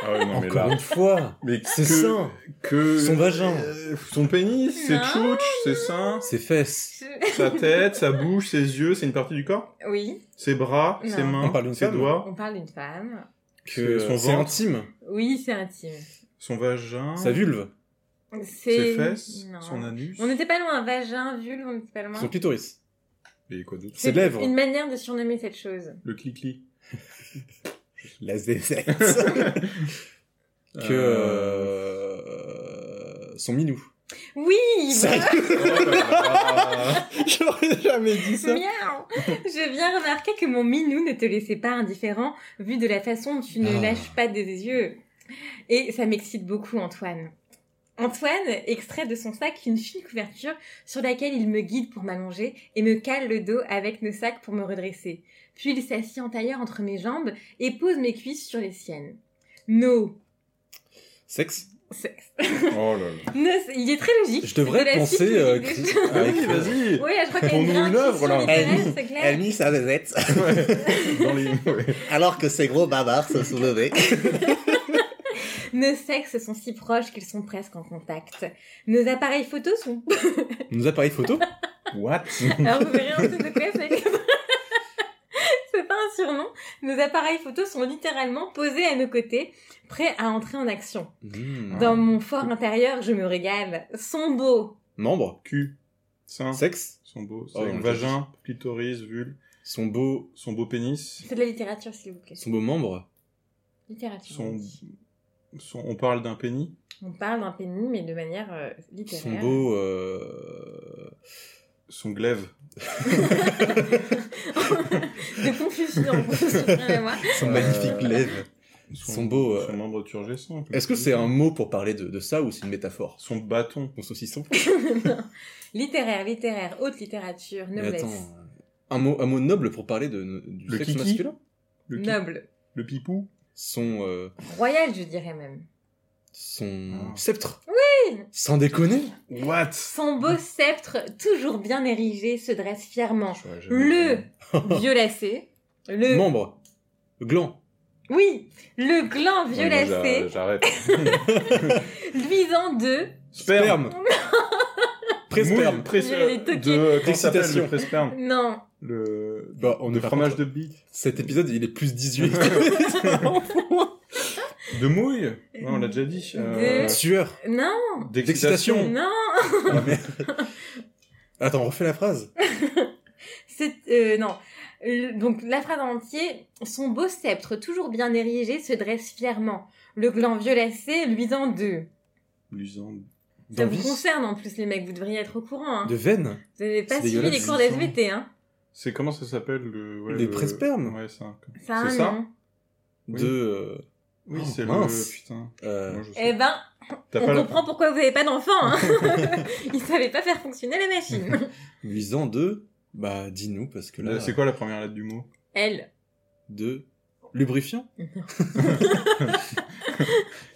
Ah ouais, non, mais
Encore
là.
une fois,
Mais que,
c'est ça.
que-
Son vagin.
Euh, son pénis, ses
Non.
tchouches, ses seins,
Ses fesses.
sa tête, sa bouche, ses yeux, c'est une partie du corps
Oui,
Ses bras,
Non.
ses mains,
On parle d'une
ses
femme.
doigts,
on parle d'une femme.
Que
son
c'est
ventre,
intime.
Oui, c'est intime.
son vagin,
Sa vulve.
ses fesses,
Non.
son anus.
On n'était pas loin, vagin, vulve, on n'était pas loin.
Son clitoris.
Et quoi d'autre
Ses lèvres.
Une manière de surnommer cette chose.
Le clic-clic.
La zézette. que
euh,
euh, son minou.
Oui voilà.
Oh, bah,
J'aurais jamais dit
Miaou Je viens remarquer que mon minou ne te laissait pas indifférent vu de la façon dont tu ne
Ah.
lâches pas des yeux. Et ça m'excite beaucoup, Antoine. Antoine extrait de son sac une fine couverture sur laquelle il me guide pour m'allonger et me cale le dos avec nos sacs pour me redresser. Puis il s'assit en tailleur entre mes jambes et pose mes cuisses sur les siennes. No.
Sexe.
Sexe.
Oh là là.
No, c'est- il est très logique.
Je devrais
C'est de la
penser,
suite
euh,
logique des
cri-
choses.
Ah oui,
vas-y
Oui, je crois qu'il y a
Pour
une
nous, une
vraie
œuvre, là.
intuition
Elle-
littéraire, c'est clair.
mis sa zette,
Dans les... ouais.
alors que ces gros bavards se soulevaient.
Nos sexes sont si proches qu'ils sont presque en contact. Nos appareils photos sont...
Nos appareils photo.
What
Alors vous verrez en dessous de quoi c'est. c'est pas un surnom. Nos appareils photos sont littéralement posés à nos côtés, prêts à entrer en action.
Mmh.
Dans mon fort intérieur, je me régale. Sont beaux.
Membre.
Cul, seins,
Sexe.
son beau
Oh, on
sexe,
le
vagin, clitoris, vulve,
Son beau,
son beau pénis,
C'est de la littérature, s'il vous plaît.
son beau membre.
Littérature.
son... son- On parle d'un pénis
On parle d'un pénis, mais de manière euh,
Son
littéraire.
beau. euh,
Son glaive.
de confusion. moi.
Son
Euh,
magnifique lèvre. Son beau, euh,
Son membre turgescent. comme
Est-ce que
tu
c'est
dis.
un mot pour parler de, de ça ou c'est une métaphore
Son bâton.
Mon saucisson.
Non. littéraire, littéraire, haute littérature,
Mais
noblesse.
attends. Un mot, un mot noble pour parler de, du
Le
sexe
kiki
masculin
Le, qui-
Noble.
le pipou.
Son. euh,
Royal, je dirais même.
son.
Ah.
Sceptre. Oui Sans déconner
What
Son
Mm.
beau sceptre, toujours bien érigé, se dresse fièrement.
J'aurais jamais
Le E.
dit.
violacé. Le...
Membre. Gland.
Oui, le gland
Ouais, moi, j'a-
violacé,
J'arrête.
luisant de...
Sperme.
Présperme.
Mouille, presse-
Il est toqué.
De euh, comment ça s'appelle
Excitation.
le presperme
Non,
Le
Bah, on
le
est pas
fromage
contre.
de bite.
Cet épisode, il est plus 18.
De mouille. Ouais, on l'a déjà dit. Euh,
Sueur.
non,
D'excitation.
non.
Attends, on refait la phrase.
C'est... euh, non. Le- Donc la phrase en entier, son beau sceptre, toujours bien érigé, se dresse fièrement. Le gland violacé, luisant de...
Luisant.
Ça vous
D'envie.
concerne en plus les mecs, vous devriez être au courant. hein.
De veine.
Vous n'avez pas
C'est
suivi les
dégueulasse,
cours
ils sont-
d'SVT, hein
C'est comment ça s'appelle le. ouais,
Les
le-
prespermes.
Ouais, ça. comme-
Ça a
C'est
un
ça
nom.
Oui.
De. euh,
Oui,
Oh,
c'est
mince.
le. Putain.
euh,
Moi, je
Eh
sais.
ben,
T'as
on
pas la-
comprend pourquoi vous n'avez pas d'enfant. Hein. Ils savaient pas faire fonctionner la machine.
luisant de. Bah, dis-nous, parce que là.
la- C'est quoi la première lettre du mot
Elle.
De. Lubrifiant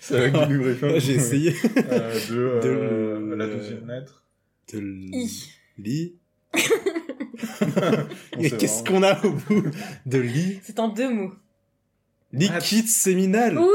C'est avec du lubrifiant.
Ah, J'ai essayé.
Euh, de, euh,
De le-
la deuxième lettre.
De
I.
lit.
On
Et
sait
qu'est-ce
vraiment.
qu'on a au bout de lit
C'est en deux mots.
Liquide séminal.
Oui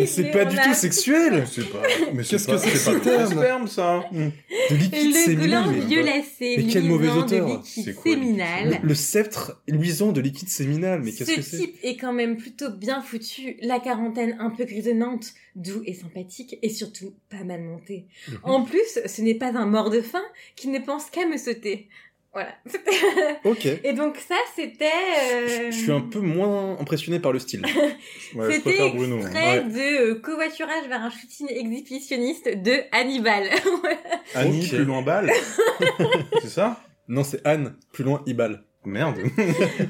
Mais c'est pas
on
du
a-
tout sexuel
C'est pas. Mais
Qu'est-ce
pas-
que c'est que ce
pas le
terme
sperme, ça
De liquide
Le gland
séminal. mais-
violacé,
Mais quelle mauvaise
luisant de
odeur.
liquide
C'est quoi, le
séminal.
Le, le sceptre luisant de liquide séminal. Mais qu'est-ce
Ce
que c'est
type est quand même plutôt bien foutu, la quarantaine un peu grisonnante, doux et sympathique, et surtout
Mhm.
pas mal monté. En plus, ce n'est pas un mort de faim qui ne pense qu'à me sauter. Voilà. C'était-
Ok.
Et donc ça, c'était... euh,
Je je suis un peu moins impressionné par le style.
Ouais, je
C'était
préfère Bruno. hein.
extrait de euh, Covoiturage vers un shooting exhibitionniste de Hannibal.
Annie,
Ok.
plus loin balle. c'est ça
Non, c'est Anne, plus loin Ibal.
Merde.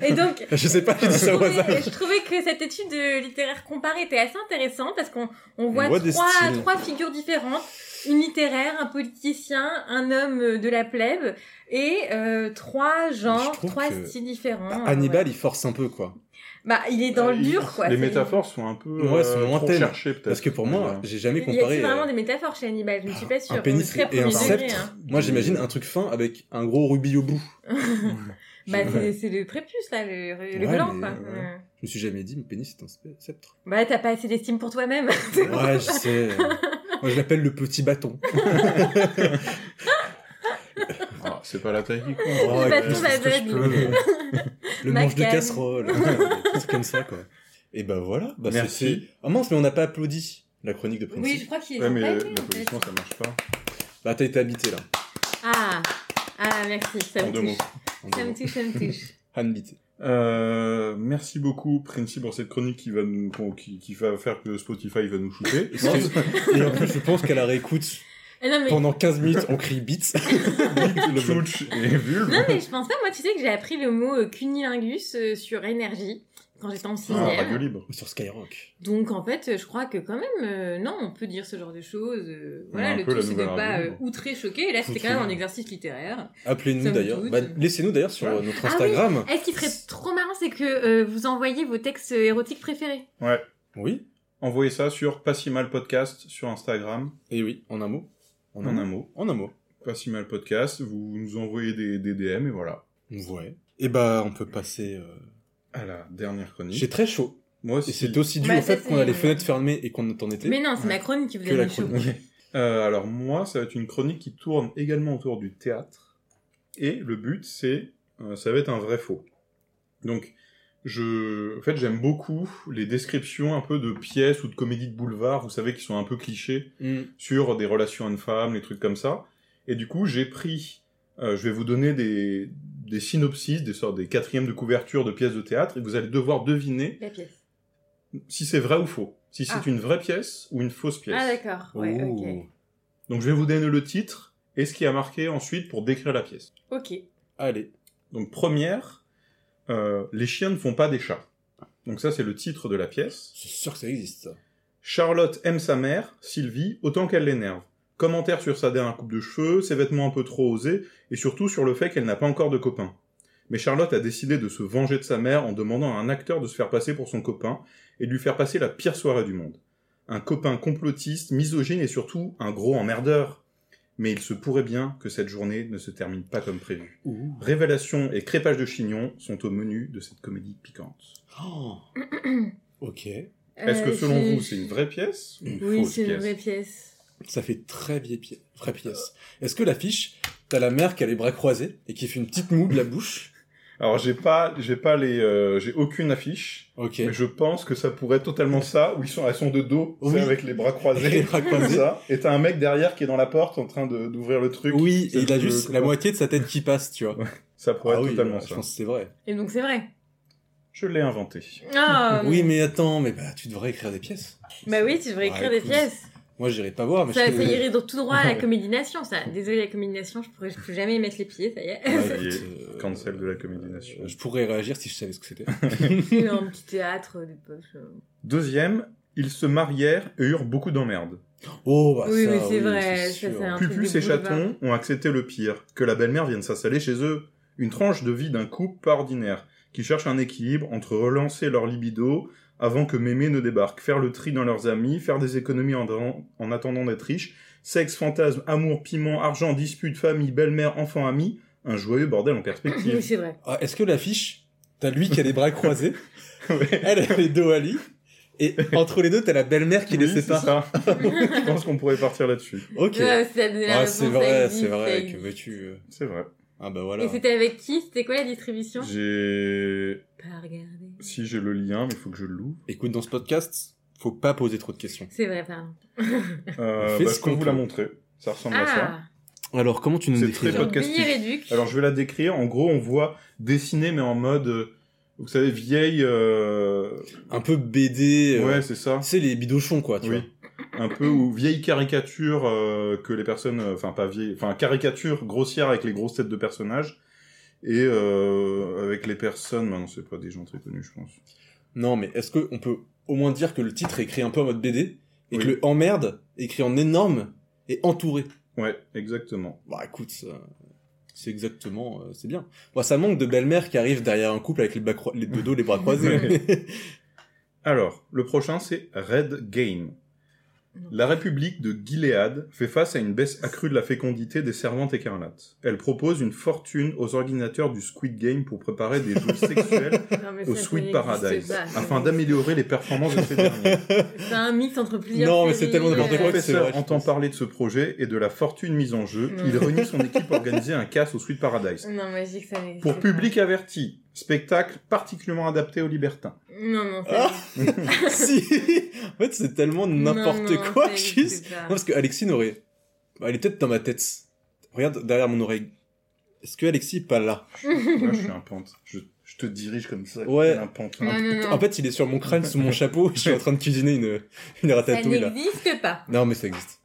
Et donc,
Je sais pas, j'ai dit
je
ça au
trouvais,
hasard.
je trouvais que cette étude euh, littéraire comparée était assez intéressante parce qu'on on voit,
On voit des
trois,
styles.
trois figures différentes. Une littéraire, un politicien, un homme euh, de la plèbe et euh, trois genres,
trouve
trois
que- Ah,
styles différents.
Hannibal, euh,
Ouais.
il force un peu, quoi.
bah, il est dans le
Il-
dur, quoi.
Les
C'est-
métaphores sont un peu
Ouais,
euh,
sont
trop
lointaines.
cherchées, peut-être.
Parce que pour moi, j'ai jamais
Y a-t-il
comparé
vraiment
euh,
des métaphores chez Hannibal Je ne suis pas sûre.
un pénis
Très
et un
premier degré,
sceptre.
hein.
Moi, j'imagine un truc fin avec un gros rubis au bout.
Bah, c'est-
Ouais.
c'est le prépuce, là, le, le
Ouais,
blanc,
mais,
quoi.
ouais.
Ouais.
Je me suis jamais dit, mon pénis, c'est un spe- sceptre.
Bah, t'as pas assez d'estime pour toi-même.
Ouais, je sais. Moi, je l'appelle le petit bâton.
Ah, c'est pas la taille qui compte.
Oh,
bâton
qu'est-ce que
d'Azazel.
je peux Le
Ma
manche de
canne.
casserole. Des trucs comme ça, quoi. Et bah voilà. Bah,
Merci.
c'était- Ah mince, mais on n'a pas applaudi la chronique de Prince.
oui, je crois qu'il est
Ouais, mais
sympa,
euh,
lui, en fait.
l'applaudissement, ça marche pas.
Bah, t'as été habité, là.
Ah, ah, merci, ça
En
me
deux mots.
touche. Ça me touche, ça me touche.
Handbité.
Euh, merci beaucoup, Princi, pour cette chronique qui va, nous, qu'on- qui, qui va faire que Spotify va nous shooter.
Et Et en plus, je pense qu'à la réécoute,
Ah, non, mais...
pendant 15 minutes, on crie beat.
Le Chouch et Vulve.
non, mais je pense pas. Moi, tu sais que j'ai appris le mot euh, cunilingus euh, sur énergie quand j'étais en
Ah,
sixième.
radio libre.
Sur Skyrock.
Donc, en fait, je crois que quand même, euh, non, on peut dire ce genre de choses. euh,
On a
voilà,
un
le
peu
tout,
la
c'est de
nouvelle
pas
radio.
euh, outré choqué. Et là, c'était
Outré.
quand même un exercice littéraire.
Appelez-nous
Somme
d'ailleurs.
toute.
Bah, Laissez-nous d'ailleurs sur euh, notre
Ah oui.
Instagram.
Est-ce qui serait trop marrant, c'est que euh, vous envoyez vos textes euh, érotiques préférés
Ouais.
Oui.
Envoyez ça sur Pas si mal podcast sur Instagram.
Et oui, en un mot. En
En un mot.
En un mot.
Pas si mal podcast. Vous nous envoyez des, des DM et voilà.
Ouais. Et bah, on peut passer. euh,
À la dernière chronique.
J'ai très chaud.
Moi
Et
aussi.
c'est aussi dû
Bah,
au fait
ça,
qu'on a
c'est-
les fenêtres fermées et qu'on est en été.
Mais non, c'est
Ouais.
ma chronique qui vous
que la
donne chaud.
chronique.
Euh, alors moi, ça va être une chronique qui tourne également autour du théâtre. Et le but, c'est, euh, ça va être un vrai faux. Donc, je, en fait, j'aime beaucoup les descriptions un peu de pièces ou de comédies de boulevard, vous savez, qui sont un peu clichés sur des relations hommes-femmes, les trucs comme ça. Et du coup, j'ai pris, euh, je vais vous donner des, des synopsis, des sortes des quatrièmes de couverture de pièces de théâtre, et vous allez devoir deviner
La pièce.
si c'est vrai ou faux, si c'est
Ah.
une vraie pièce ou une fausse pièce.
Ah, d'accord. Ouais,
Mm.
ok.
Ouh.
Donc je vais vous donner le titre et ce qui a marqué ensuite pour décrire la pièce.
Ok.
Allez.
Donc première, euh, les chiens ne font pas des chats. Donc ça c'est le titre de la pièce.
C'est sûr que ça existe, ça.
Charlotte aime sa mère, Sylvie, autant qu'elle l'énerve. Commentaire sur sa dernière coupe de cheveux, ses vêtements un peu trop osés, et surtout sur le fait qu'elle n'a pas encore de copain. Mais Charlotte a décidé de se venger de sa mère en demandant à un acteur de se faire passer pour son copain et de lui faire passer la pire soirée du monde. Un copain complotiste, misogyne et surtout un gros emmerdeur. Mais il se pourrait bien que cette journée ne se termine pas comme prévu. Révélation et crépage de chignon sont au menu de cette comédie piquante.
Oh. ok.
Est-ce que
Euh,
selon
je-
vous c'est une vraie pièce ou une
Oui,
fausse
c'est une
pièce
vraie pièce.
Ça fait très vieille pièce. Vraie pièce. Est-ce que l'affiche, t'as la mère qui a les bras croisés et qui fait une petite moue de la bouche
Alors j'ai pas, j'ai pas les, euh, j'ai aucune affiche,
Ok.
mais je pense que ça pourrait être totalement ça où ils sont, elles sont de dos, tu sais,
Oui.
avec les bras croisés,
Les bras
comme
croisés.
ça. Et t'as un mec derrière qui est dans la porte en train de d'ouvrir le truc.
Oui,
Ça
et il a
peut-
juste la moitié de sa tête qui passe, tu vois.
Ça pourrait
Ah
être
oui,
totalement
je
ça.
pense que c'est vrai.
Et donc c'est vrai.
Je l'ai inventé.
Ah,
Oui, mais attends, mais bah, tu devrais écrire des pièces.
Bah oui, tu devrais
Ah,
écrire des
écoute,
pièces.
Moi, j'irai pas voir, mais
Ça,
je
ça
te-
irait donc tout droit à la comédie nation, ça. Désolée, la comédie nation, je pourrais je peux jamais y mettre les pieds, ça y est.
Ouais,
Ça y est,
écoute, euh,
Cancel de la comédie nationale.
Je pourrais réagir si je savais ce que c'était.
C'est un petit théâtre de poche. euh.
Deuxième, ils se marièrent et eurent beaucoup d'emmerdes.
Oh, bah
Oui,
ça,
mais c'est vrai, ça,
sûr.
c'est un- truc
Pupus
de
et Chaton
boulevard.
ont accepté le pire, que la belle-mère vienne s'installer chez eux. Une tranche de vie d'un couple pas ordinaire, qui cherche un équilibre entre relancer leur libido avant que mémé ne débarque, faire le tri dans leurs amis, faire des économies en, en attendant d'être riche, sexe, fantasme, amour, piment, argent, dispute, famille, belle-mère, enfant, ami, un joyeux bordel en
Oui,
perspective.
c'est vrai.
Ah, Est-ce que l'affiche, t'as lui qui a les bras croisés,
Ouais.
elle a les dos à lui, et entre les deux, t'as la belle-mère qui les
Oui, c'est
sépare.
ça. Je pense qu'on pourrait partir là-dessus.
Ok.
Ouais, ça a donné la
Ah,
réponse,
c'est
ça
vrai,
existe,
c'est
ça
vrai, que
existe.
veux-tu. euh,
C'est vrai.
Ah bah voilà.
Et c'était avec qui C'était quoi la distribution
J'ai...
Pas regardé.
Si j'ai le lien, mais il faut que je l'ouvre.
Écoute, dans ce podcast, faut pas poser trop de questions.
C'est vrai, pardon.
Euh,
fait
bah,
ce
je peux
qu'on
vous la
peut.
montrer. Ça ressemble à ça.
Ah
Alors, comment tu nous
C'est
décris
très Podcast
Billy Réduc.
Alors je vais la décrire. En gros, on voit dessiner, mais en mode, euh, vous savez, vieille. euh,
Un peu BD. euh,
Ouais, c'est ça.
C'est les bidochons, quoi, tu
Oui. Un peu ou vieille caricature euh, que les personnes, euh, enfin pas vieille, enfin caricature grossière avec les grosses têtes de personnages et euh, avec les personnes. bah non, c'est pas des gens très connus, je pense.
Non, mais est-ce qu'on peut au moins dire que le titre est écrit un peu en mode BD et
Oui.
que le emmerde est écrit en énorme et entouré
Ouais, exactement.
Bah écoute, ça- c'est exactement, euh, c'est bien. Bah, ça manque de belle-mère qui arrive derrière un couple avec les, bas croi- les deux dos, les bras croisés.
Alors, le prochain c'est Red Game. La République de Gilead fait face à une baisse accrue de la fécondité des servantes écarlates. Elle propose une fortune aux ordinateurs du Squid Game pour préparer des jeux sexuels
Non, mais
au
ça, ça
Sweet
n'existe
Paradise,
pas, ça
afin
n'existe
d'améliorer les performances de ces derniers.
C'est un mix entre plusieurs.
Non, mais
séries,
c'est
euh,
tellement n'importe
Le
Ouais, quoi que c'est vrai,
professeur
je
entend
pense.
parler de ce projet et de la fortune mise en jeu.
Mm.
Il réunit son équipe pour organiser un casse au Sweet Paradise.
Non, mais je dis que ça n'existe
Pour
pas.
public averti, spectacle particulièrement adapté aux libertins.
Non, non, ça
Ah,
n'existe
si En fait, c'est tellement
pas.
n'importe
Non, non,
quoi,
ça
juste.
n'existe pas.
Non, parce que Alexis n'aurait. bah, elle est peut-être dans ma tête. Regarde derrière mon oreille. Est-ce que Alexis est pas là
Là, je suis un pente. Je, je te dirige comme ça.
Ouais.
comme Un pantin.
Non, non, non.
En fait, il est sur mon crâne, sous mon chapeau. Je suis en train de cuisiner une, une
Ça
ratatouille là.
n'existe pas.
Non, mais ça existe.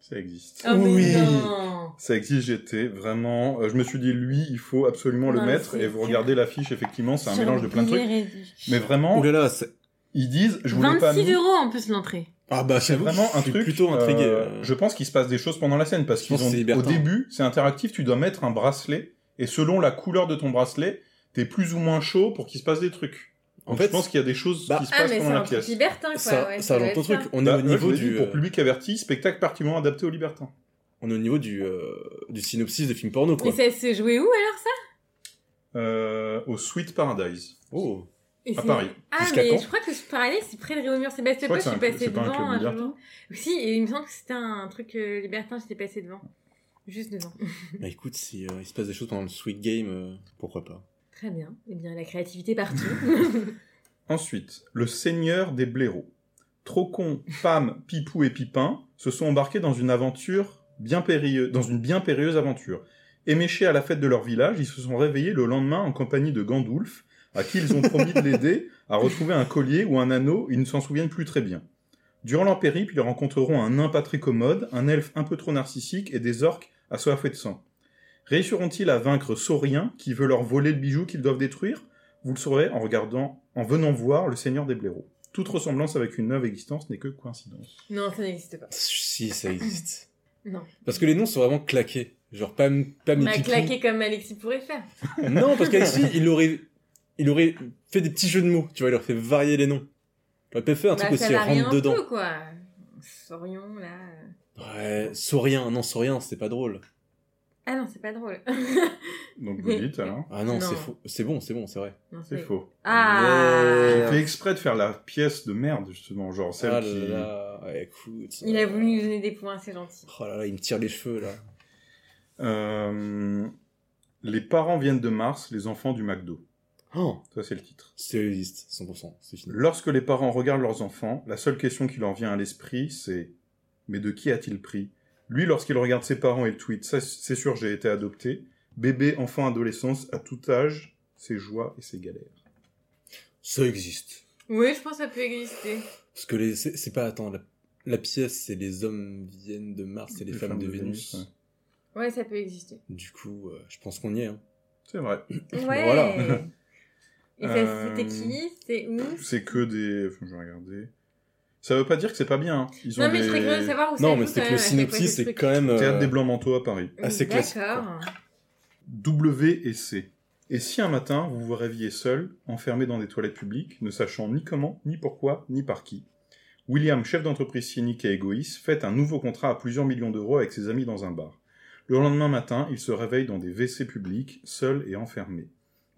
Ça existe.
Oh, mais
Oui.
non.
Ça existe, j'étais vraiment. euh, je me suis dit, lui, il faut absolument le
Non,
mettre.
c'est
Et vous
dur.
regardez l'affiche, effectivement, c'est un mélange de plein de
Billy
trucs.
Réduc.
Mais vraiment,
Oh là là, c'est-
ils disent, je voulais pas.
26
mis-
euros en plus l'entrée.
ah bah
C'est
j'avoue,
vraiment
je
un
suis
truc.
plutôt intrigué.
euh,
euh.
je pense qu'il se passe des choses pendant la scène parce
Je
qu'ils
pense que c'est
ont. Au
libertin.
début, c'est interactif. Tu dois mettre un bracelet et selon la couleur de ton bracelet, t'es plus ou moins chaud pour qu'il se passe des trucs.
En
Donc,
fait,
je pense qu'il y a des choses
bah,
qui se
Ah,
passent
mais c'est
pendant la
un truc
pièce.
libertin, quoi.
ça,
ouais,
ça
doit
rejoint ton
être ça.
truc. On est
Bah,
au
ouais, je
niveau
l'ai dit,
du.
pour
euh,
public averti, spectacle particulièrement adapté aux libertins.
on est au niveau du, euh, du synopsis de film porno, quoi.
Et ça s'est joué où alors ça
Euh, au Sweet Paradise,
Oh.
Et
à
c'est-
Paris.
Ah,
Jusqu'à
mais
quand
je crois que je parlais, c'est près de Réaumur. C'est
Je
Sébastien
crois
Pau, je
que c'est un
suis
club-
passé
c'est pas un
devant
club
un jour.
libertin.
Si, et il me semble que c'était un truc euh, libertin, j'étais passé devant. Juste devant.
Bah écoute, si euh, il se passe des choses pendant le Sweet Game, euh, pourquoi pas
Très bien. Eh bien, la créativité partout.
Ensuite, le Seigneur des blaireaux. Trocon, Pam, Pipou et Pipin se sont embarqués dans une aventure bien périlleuse, dans une bien périlleuse aventure. Éméchés à la fête de leur village, ils se sont réveillés le lendemain en compagnie de Gandulf, à qui ils ont promis de l'aider à retrouver un collier ou un anneau, ils ne s'en souviennent plus très bien. Durant leur périple, ils rencontreront un nain pas très commode, un elfe un peu trop narcissique et des orques assoiffés de sang. Réussiront-ils à vaincre Saurien, qui veut leur voler le bijou qu'ils doivent détruire vous le saurez en regardant, en venant voir Le Seigneur des Blaireaux. Toute ressemblance avec une œuvre existence n'est que coïncidence.
non, ça n'existe pas.
Si, ça existe.
Non.
Parce que les noms sont vraiment claqués. Genre Pam, Pam et
Bah,
Pipou.
claquer comme Alexis pourrait faire.
Non, parce qu'Alexis, il aurait, il aurait fait des petits jeux de mots, tu vois, il aurait fait varier les noms. Il aurait peut-être fait un
bah,
truc
ça
aussi
varie
rentre
un
dedans.
peu, quoi. Sorion, là. euh.
Ouais, Saurien, non, Saurien, c'est pas drôle.
Ah non, c'est pas drôle.
Donc vous dites alors
Ah non,
Non.
c'est faux. C'est bon, c'est bon, c'est vrai.
Non,
C'est faux. J'ai
Ah
fait exprès de faire la pièce de merde justement, genre celle
ah
qui.
là là, ouais, écoute.
Il
euh,
a voulu nous donner des points, c'est gentil.
Oh là là, il me tire les cheveux là.
Euh, Les parents viennent de Mars, les enfants du McDo.
Oh,
Ça c'est le titre.
ça existe, 100%, c'est fini.
Lorsque les parents regardent leurs enfants, la seule question qui leur vient à l'esprit, c'est mais de qui a-t-il pris Lui, lorsqu'il regarde ses parents, il tweet Ça, c'est sûr, j'ai été adopté. Bébé, enfant, adolescence, à tout âge, ses joies et ses galères.
Ça existe.
Oui, je pense que ça peut exister.
Parce que les, c'est c'est pas, attends, la, la pièce, c'est les hommes viennent de Mars et les,
Les
femmes, de, Vénus.
ouais.
Ouais, ça peut exister.
Du coup, euh, je pense qu'on y est. Hein.
C'est vrai. bah,
Ouais.
voilà.
Et ça,
Euh,
c'était qui C'est où
C'est que des. enfin, je vais regarder. Ça veut pas dire que c'est pas bien. hein. Ils ont
Non, mais je
des...
serais curieux de savoir où
Non,
ça joue,
mais c'est
quand
que le
même, à chaque fois,
synopsis,
ce
c'est
truc.
quand même.
Théâtre
euh,
des Blancs Manteaux à Paris.
assez classique,
D'accord.
W et C. Et si un matin vous vous réveillez seul, enfermé dans des toilettes publiques, ne sachant ni comment, ni pourquoi, ni par qui William, chef d'entreprise cynique et égoïste, fait un nouveau contrat à plusieurs millions d'euros avec ses amis dans un bar. Le lendemain matin, il se réveille dans des WC publics, seul et enfermé.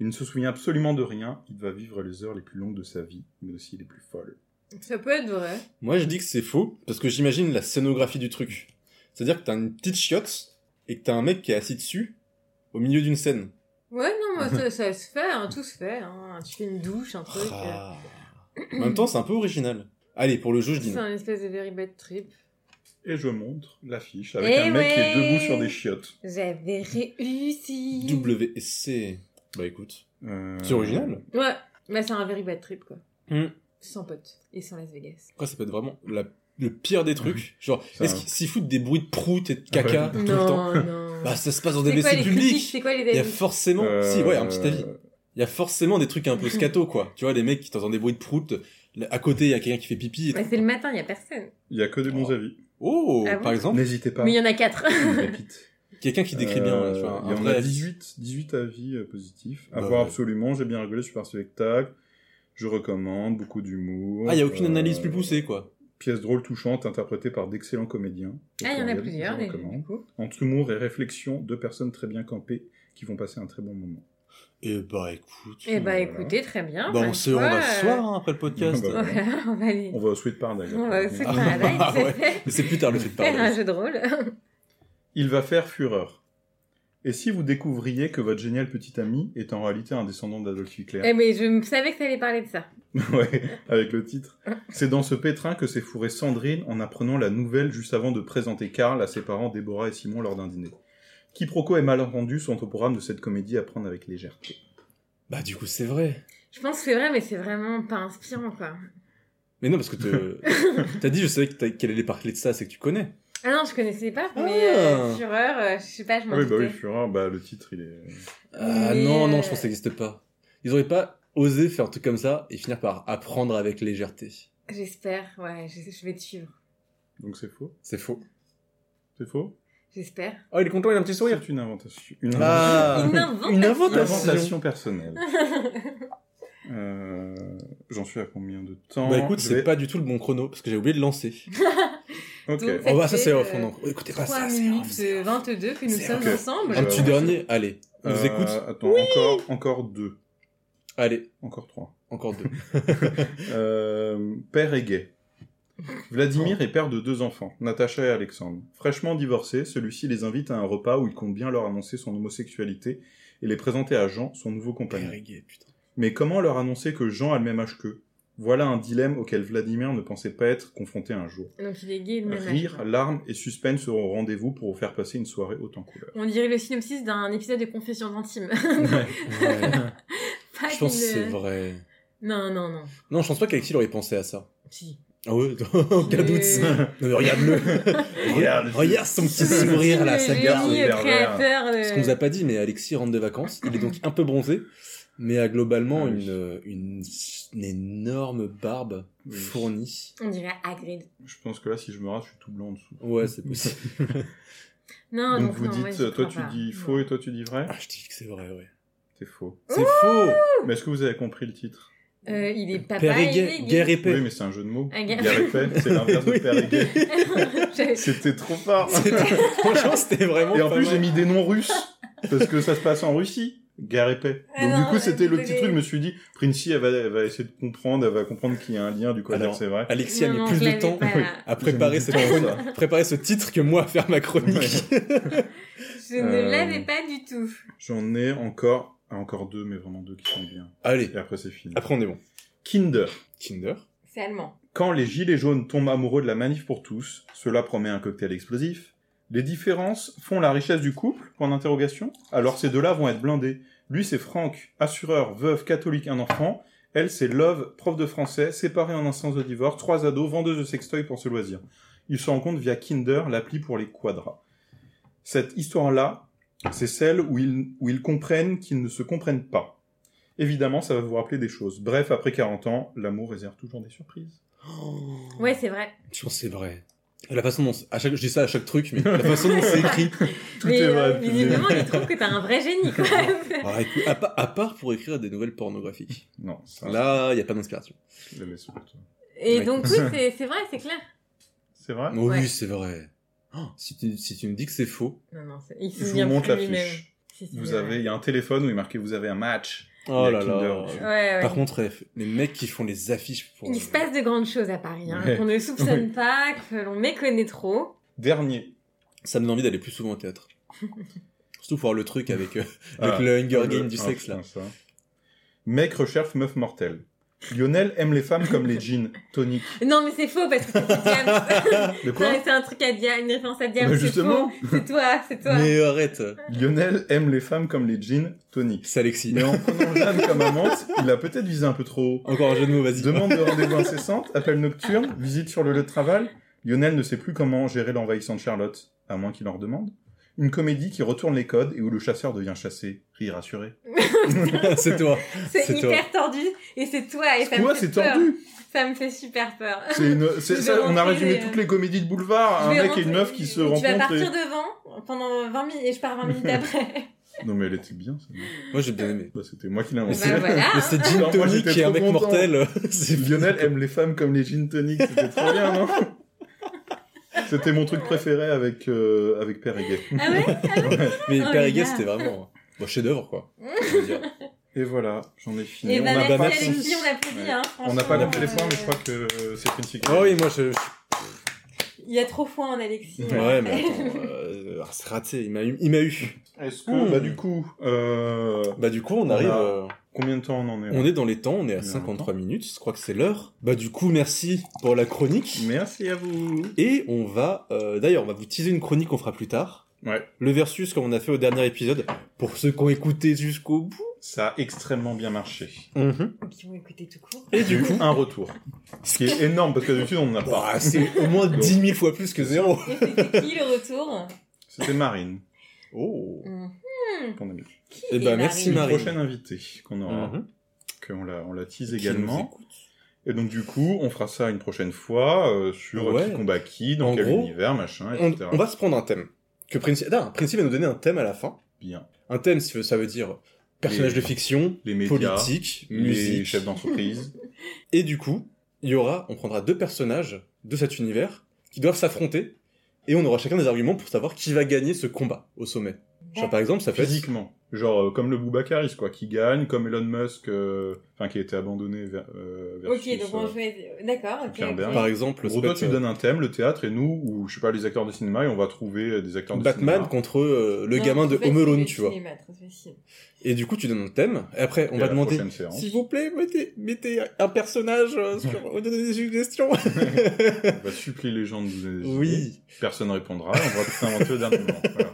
Il ne se souvient absolument de rien, il va vivre les heures les plus longues de sa vie, mais aussi les plus folles.
Ça peut être vrai.
Moi, je dis que c'est faux, parce que j'imagine la scénographie du truc. C'est-à-dire que t'as une petite chiotte, et que t'as un mec qui est assis dessus, au milieu d'une scène.
Ouais, non, moi, ça, ça se fait, hein, tout se fait. Hein. Tu fais une douche, un truc. euh,
Ah. en même temps, c'est un peu original. Allez, pour le jeu, je dis
C'est
non.
un espèce de very bad trip.
Et je montre l'affiche avec
Eh
un mec qui est
ouais.
debout sur des chiottes.
J'avais réussi.
WSC. Bah écoute,
Euh,
c'est original.
Ouais, mais c'est un very bad trip, quoi.
Hmm.
Sans potes et sans Las Vegas.
Après, ça peut être vraiment la- le pire des trucs. Genre,
Ça-
est-ce qu'ils s'y foutent des bruits de prout et de caca
Ouais.
tout le temps
Non, non.
Bah, ça se passe dans des
c'est quoi
WC
les critiques
publics.
C'est quoi les
Il y a
avis
forcément.
Euh,
Si, ouais, un petit avis. Il y a forcément des trucs un peu scato, quoi. Tu vois, les mecs qui t'entendent des bruits de prout. là, À côté, il y a quelqu'un qui fait pipi. et-
Bah, c'est le matin, il n'y a personne.
Il y a que des bons
Oh.
avis.
Oh,
Ah bon
par exemple,
N'hésitez pas.
Mais il y en a quatre.
Une pépite.
quelqu'un qui décrit bien. ouais, tu vois,
Euh, il y
un
en
vrai
a
avis.
18, 18 avis euh, positifs. À
Bah
voir
ouais.
absolument, j'ai bien rigolé, super spectacle. Je recommande, beaucoup d'humour.
Ah, il y a aucune analyse
Euh,
plus poussée, quoi.
Pièce drôle touchante interprétée par d'excellents comédiens. Au
Ah, il y en a
pluriel,
plusieurs,
je
déjà,
recommande.
du coup.
Entre humour et réflexion, deux personnes très bien campées qui vont passer un très bon moment.
Et bah écoute.
Eh bah,
Voilà.
écoutez, très bien.
Bah, on,
ma
se- on va
foi,
se
euh,
voir hein, après le podcast.
Bah,
Voilà, on va aller.
On va au Sweet Paradise.
On va se
Ah,
faire
ouais. Mais c'est plus tard le fait de
faire un
parler.
jeu de rôle.
Il va faire fureur. Et si vous découvriez que votre génial petit ami est en réalité un descendant d'Adolf Hitler
Eh, mais je me savais que t'allais parler de ça.
Ouais, avec le titre. C'est dans ce pétrin que s'est fourrée Sandrine en apprenant la nouvelle juste avant de présenter Karl à ses parents Déborah et Simon lors d'un dîner. Quiproquo et malentendu sont au programme de cette comédie à prendre avec légèreté.
Bah du coup c'est vrai.
Je pense que c'est vrai, mais c'est vraiment pas inspirant, quoi.
Mais non parce que te- t'as dit je savais que t'as- quelle est les parclés de ça c'est que tu connais.
Ah non, je connaissais pas, mais
Ah.
euh, fureur, euh, je sais pas, je m'en
Ah oui, bah oui,
doutais.
fureur, bah le titre il est.
Ah
Mais,
non non
euh,
je pense que ça n'existe pas. Ils auraient pas osé faire un truc comme ça et finir par apprendre avec légèreté.
J'espère, ouais, je, je vais te suivre.
Donc c'est faux.
C'est faux.
C'est faux
J'espère.
Oh il est content il a un petit sourire.
C'est une inventation. Une
Ah
Une inventation.
une
Une
inventation.
inventation personnelle. Euh, J'en suis à combien de temps
Bah écoute
Je
c'est
vais-
pas du tout le bon chrono parce que j'ai oublié de lancer.
Ok.
Donc,
Oh bah ça
fait,
c'est off
euh,
non. Écoutez pas
3
ça c'est off.
minutes
c'est
euh,
off.
22 que nous
C'est
sommes
ok.
ensemble.
Un
Euh,
petit dernier allez on vous
Euh,
écoute
Attends, encore, encore deux.
allez
Encore trois.
encore deux.
Euh, père est gay. Vladimir est père de deux enfants, Natacha et Alexandre. Fraîchement divorcés, celui-ci les invite à un repas où il compte bien leur annoncer son homosexualité et les présenter à Jean, son nouveau compagnon.
Reggae, putain.
Mais comment leur annoncer que Jean a le même âge qu'eux Voilà un dilemme auquel Vladimir ne pensait pas être confronté un jour.
Donc il est gay, le même âge,
Rire,
quoi.
larmes et suspense seront au rendez-vous pour vous faire passer une soirée haute en couleur.
On dirait le synopsis d'un épisode de Confessions intimes.
Ouais.
Pas
Je pense que
une-
c'est vrai.
Non, non, non.
Non, je pense pas qu'Alexis aurait pensé à ça.
Si.
Ah ouais, aucun doute.
Euh,
Non, mais regarde-le. regarde, regarde son petit sourire là, ça
le
garde.
génie
pervers.
créateur. euh,
Ce qu'on nous a pas dit, mais Alexis rentre de vacances. Il est donc un peu bronzé, mais a globalement
Ah oui.
une, une, une énorme barbe
Oui.
fournie.
On dirait Hagrid.
Je pense que là, si je me rase, je suis tout blanc en dessous.
Ouais, c'est possible.
Non,
Donc
Ah, donc,
vous
non, moi,
dites,
j'y
toi
crois
tu
pas.
dis
Non.
faux et toi tu dis vrai
Ah, je dis que c'est vrai, ouais.
C'est faux.
C'est faux
Mais est-ce que vous avez compris le titre
Euh, il est papa,
Père et
il
gay,
est
guerre
gay.
et paix.
Oui, mais c'est un jeu de mots.
Un gars-
Guerre et paix, c'est l'inverse de
Oui.
père et gay.
J'avais-
C'était trop fort.
C'était- Franchement, c'était vraiment
Et en
pas
plus,
mal.
j'ai mis des noms russes parce que ça se passe en Russie. Guerre et paix.
Ah
Donc
non,
du coup,
mais
c'était le
désolé.
petit truc. Je me suis dit, Princey, elle va, elle va essayer de comprendre, elle va comprendre qu'il y a un lien du
Alors,
côté, c'est vrai.
Alexis a
Non,
mis
non,
plus
je
de
l'avais
temps
pas, là.
à préparer
J'ai
cette
mis du temps,
chronique- préparer ce titre que moi à faire ma chronique.
Je ne
Euh,
l'avais pas du tout.
J'en ai encore, ah, encore deux, mais vraiment deux qui sont bien.
Allez,
Et après, c'est fini.
après on est bon.
Kinder.
Kinder.
C'est allemand.
Quand les gilets jaunes tombent amoureux de la manif pour tous, cela promet un cocktail explosif. Les différences font la richesse du couple Point d'interrogation. Alors ces deux-là vont être blindés. Lui c'est Franck, assureur, veuve, catholique, un enfant. Elle c'est Love, prof de français, séparée en instance de divorce, trois ados, vendeuse de sextoy pour se loisir. Ils se rencontrent via Kinder, l'appli pour les quadras. Cette histoire-là, c'est celle où ils, où ils comprennent qu'ils ne se comprennent pas. Évidemment, ça va vous rappeler des choses. Bref, après 40 ans, l'amour réserve toujours des surprises.
Ouais, c'est vrai.
Je pense que c'est vrai. La façon dont. À chaque... Je dis ça à chaque truc, mais la façon dont c'est écrit.
Tout
mais
est
euh,
vrai. tout est
visiblement,
vrai.
il trouve que t'as un vrai génie, quoi.
Alors, écoute, Bah, à, pa- à part pour écrire des nouvelles pornographiques.
Non, ça,
Là, il n'y a pas d'inspiration.
je l'ai laissé pour toi.
Et
Ouais.
donc, oui, c'est c'est vrai, c'est clair.
C'est vrai
Oh
Ouais.
Oui, c'est vrai. Oh, si, tu, si tu me dis que c'est faux.
Non, non, c'est- il se
Je vous
souvient
montre
plus lui-même.
l'affiche.
Si, si,
Vous
c'est vrai.
avez, il y a un téléphone où il est marqué vous avez un match. Il
Oh
y a
là là.
Kinder.
Ouais, ouais.
Par contre, F, les mecs qui font les affiches pour. euh,
Il se passe de grandes choses à Paris, hein,
Ouais.
qu'on ne soupçonne
Oui.
pas, que l'on méconnaît trop.
Dernier.
Ça me donne envie d'aller plus souvent au théâtre. Surtout pour voir le truc avec, euh,
Ah,
avec le Hunger
le-
Game du
ah,
sexe là.
putain, ça. Mec recherche meuf mortelle. Lionel aime les femmes comme les jeans, toniques.
Non, mais c'est faux parce que c'est Diams.
De quoi
Non, mais c'est un truc à Diams, une référence à Diams.
Bah,
c'est
justement.
faux. C'est toi, c'est toi.
Mais arrête,
Lionel aime les femmes comme les jeans, toniques.
c'est Alexis.
Mais en prenant Jeanne comme amante, il a peut-être visé un peu trop haut.
Encore un jeu de mots, vas-y.
Demande de rendez-vous incessante, appel nocturne, visite sur le lieu de travail. Lionel ne sait plus comment gérer l'envahissante Charlotte, à moins qu'il en redemande. Une comédie qui retourne les codes et où le chasseur devient chassé, rire rassuré.
c'est toi.
C'est
c'est
hyper tordu et c'est toi et ça me
Ouais,
fait
c'est
peur.
tordu.
Ça me fait super peur.
C'est une, c'est-
Je vais
ça, on a
rentrer,
résumé
euh,
toutes les comédies de boulevard, à Ah,
Je
un
vais
mec et
rentrer-
une meuf qui se
Tu vas
rencontrent.
partir
et-
devant pendant 20 minutes et je pars 20 minutes après.
Non mais elle était bien. ça.
Moi j'ai bien aimé.
Bah, C'était moi qui l'ai
bah
inventé.
Ah.
voilà.
Mais c'est
Alors,
Jean
moi,
Tonic
j'étais
et
trop
un mec
content.
mortel. c'est
Lionel aime les femmes comme les jeans toniques, c'était trop bien, non C'était mon truc préféré avec, euh, avec Perriguet.
Ah ouais
Mais
Oh,
Perriguet,
les gars.
c'était vraiment un chef-d'œuvre, quoi. Je veux dire.
Et voilà, j'en ai fini.
Et bah,
a
merci
pas
Alexis,
merci.
on l'applaudit.
Ouais.
Hein,
on n'a pas
franchement,
compté les points, mais je
euh,
crois que c'est critique.
Ah oui, moi je.
Il y a trop foi en Alexis.
je-
hein.
Ouais, mais attends, euh, c'est raté, il m'a eu. Il m'a eu.
Est-ce que,
Mmh.
bah, du coup, euh,
Bah, du coup, on
On
arrive.
a-
euh,
combien de temps on en est
On est dans les temps, on est à
Il y a
53 minutes, je crois que c'est l'heure. Bah, du coup, merci pour la chronique.
Merci à vous.
Et on va, euh, d'ailleurs, on va vous teaser une chronique qu'on fera plus tard.
Ouais.
Le versus, comme on a fait au dernier épisode, pour ceux qui ont écouté jusqu'au bout.
Ça a extrêmement bien marché.
Ou Qui vont écouter tout court.
Et du
J'ai eu
coup,
un retour. Ce qui est énorme, parce que d'habitude, on n'en a pas.
bah, c'est au moins
Donc.
10 000 fois plus que zéro.
Et c'était qui le retour
C'était Marine,
Oh.
Mhm.
ton amie.
Qui
Eh
est
ben,
Marine
merci,
Une
Marine.
prochaine invitée qu'on aura,
Mhm.
qu'on la, on la tease
Qui nous
également.
écoute.
Et donc du coup, on fera ça une prochaine fois euh, sur
Ouais.
qui combat qui, dans
En
quel
gros,
univers, machin,
On,
etc.
on va se prendre un thème. Que Principe, ah, Principe va nous donner un thème à la fin.
Bien.
Un thème, ça ça veut dire personnage
Les-
de fiction,
Les médias,
politique,
les
musique.
chefs d'entreprise.
Et du coup, il y aura, on prendra deux personnages de cet univers qui doivent s'affronter et on aura chacun des arguments pour savoir qui va gagner ce combat au sommet. Genre, par exemple, ça peut être-
physiquement. Genre euh, comme le Boubacaris, quoi, qui gagne, comme Elon Musk, euh, enfin qui a été abandonné vers... euh, versus,
Ok, donc
euh,
on jouait. D'accord, ok.
Zuckerberg.
ok.
par exemple,
en
ça
gros,
peut
toi,
être,
tu donnes un thème, le théâtre, et nous, ou je sais pas, les acteurs de cinéma, et on va trouver euh, des
euh,
acteurs
Batman
de cinéma.
contre euh, le
Non,
gamin de
trop
Home Alone,
facile,
tu vois.
le cinéma, trop facile.
Et du coup, tu donnes un thème, et après, on
Et à
va
la
demander,
prochaine séance.
s'il vous plaît, mettez, mettez un personnage euh, sur, donnez des suggestions.
On va supplier les gens de nous aider.
oui.
Personne répondra, on va tout inventer au dernier moment. Voilà.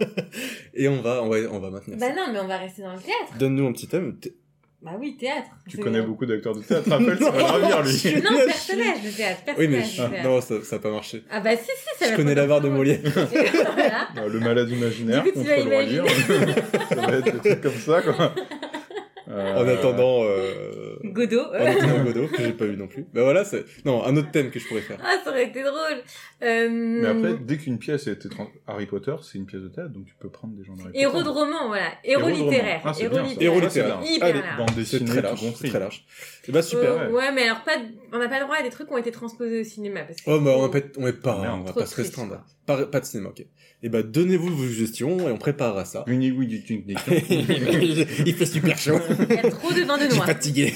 Et on va, on va, on va maintenir
Bah
ça.
non, mais on va rester dans le théâtre.
Donne-nous un petit thème. T-
Bah oui, théâtre.
Tu
C'est
connais
bon.
beaucoup d'acteurs de théâtre, rappelle, ça va le ravir, lui.
je
Non,
lâche.
personnage de théâtre. Personnage
Oui, mais, ah,
de théâtre.
non, ça, ça a pas marché.
Ah bah si, si, ça va
Je
être
connais la barre de
drôle.
Molière.
Voilà.
Euh, le malade imaginaire
Du coup, tu
contre
vas
le roi
imaginer.
lion. ça va être des trucs comme ça, quoi. Euh,
En attendant, euh,
Godot.
En attendant Godot, que j'ai pas vu non plus. Bah voilà, c'est. Non, un autre thème que je pourrais faire.
Ah, ça aurait été drôle. Euh,
Mais après, dès qu'une pièce a été trans- Harry Potter, c'est une pièce de théâtre, donc tu peux prendre des gens de Harry
Héros de
Potter.
roman, voilà. Héros
de roman.
littéraire.
Ah, c'est
Héros
bien, ça.
littéraire.
Héros littéraire.
Allez,
Hyper large.
Bande
C'est
dessinée,
très
tout
large, c'est
compris.
très large. Et bah super.
ouais.
Oh, ouais, mais alors pas, de- on n'a pas le droit à des trucs qui ont été transposés au cinéma. Parce que
Oh, bah on va pas, être- on est pas,
Ah, merde.
on va
Trop
pas se
triste,
restreindre. Pas, pas de cinéma, ok. Et bah donnez-vous vos suggestions et on préparera ça.
Une oui du hein. tunic des
Il fait super chaud.
Il y a trop de vin de
Je suis
noix.
fatigué.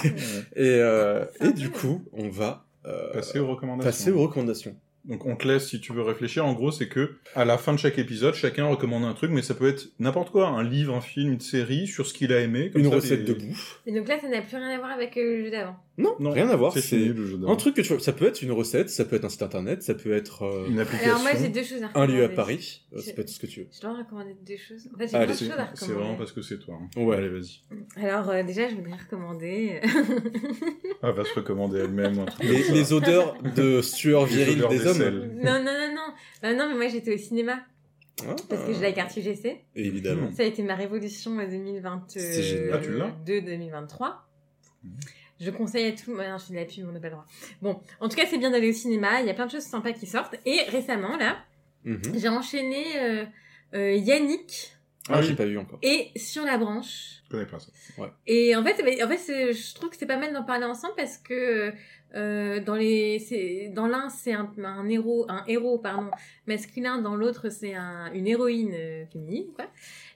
Et, euh,
C'est un
et
peu
du
bien.
coup, on va euh,
Passer aux recommandations.
passer aux recommandations.
Donc on te laisse si tu veux réfléchir. En gros, c'est que à la fin de chaque épisode, chacun recommande un truc, mais ça peut être n'importe quoi, un livre, un film, une série, sur ce qu'il a aimé. comme
Une
ça,
recette
des-
de bouffe.
Et donc là, ça n'a plus rien à voir avec euh, le jeu d'avant.
Non,
Non,
rien à voir.
C'est fini
C'est
le jeu d'avant.
un truc que tu vois. Ça peut être une recette, ça peut être un site internet, ça peut être euh,
Une application.
Alors moi, j'ai deux choses à
un
recommander.
lieu à Paris. Ah, Euh, Ça
Je-
peut être ce que tu veux.
Je dois recommander deux choses. En fait, j'ai
Allez,
plein de
C'est
choses à recommander.
Ah, c'est vraiment parce que c'est toi. hein.
Ouais.
Allez, vas-y.
Alors euh, déjà, je voudrais recommander...
Elle va se recommander elle-même. un truc
Les,
comme ça.
les odeurs de sueur
Les
virile
odeurs
des
d'aisselle.
hommes.
non, non, non, non. Euh, non, mais moi, j'étais au cinéma
Ah.
parce que j'ai la carte UGC.
Évidemment.
Ça a été ma révolution euh, 2022
C'est génial.
Ah, tu l'as Mmh.
2023. Je conseille à tout. ouais, non, je fais de la pub, on n'a pas le droit. Bon, en tout cas, c'est bien d'aller au cinéma. Il y a plein de choses sympas qui sortent. Et récemment, là,
Mhm.
j'ai enchaîné euh, euh, Yannick
Ah,
Ah
j'ai
oui.
pas vu encore.
et Sur la branche.
Je connais pas ça.
Et en fait, bah, en fait c'est- je trouve que c'est pas mal d'en parler ensemble parce que euh, dans les, c'est- dans l'un c'est un, un héros, un héros pardon masculin, dans l'autre c'est un, une héroïne euh, féminine quoi.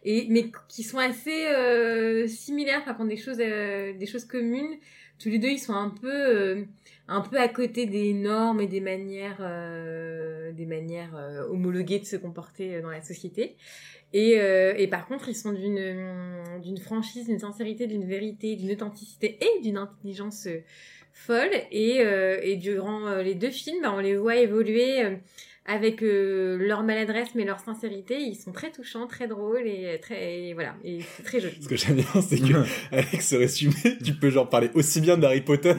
Et mais qui sont assez euh, similaires, enfin qui ont des choses, euh, des choses communes. Tous les deux ils sont un peu, euh, un peu à côté des normes et des manières, euh, des manières euh, homologuées de se comporter euh, dans la société. Et, euh, et par contre, ils sont d'une euh, d'une franchise, d'une sincérité, d'une vérité, d'une authenticité et d'une intelligence euh, folle. Et, euh, et durant euh, les deux films, bah, on les voit évoluer euh, avec euh, leur maladresse mais leur sincérité. Ils sont très touchants, très drôles et euh, très et voilà. Et c'est très joli.
Ce que j'aime bien, c'est que avec ce résumé, tu peux genre parler aussi bien d'Harry Potter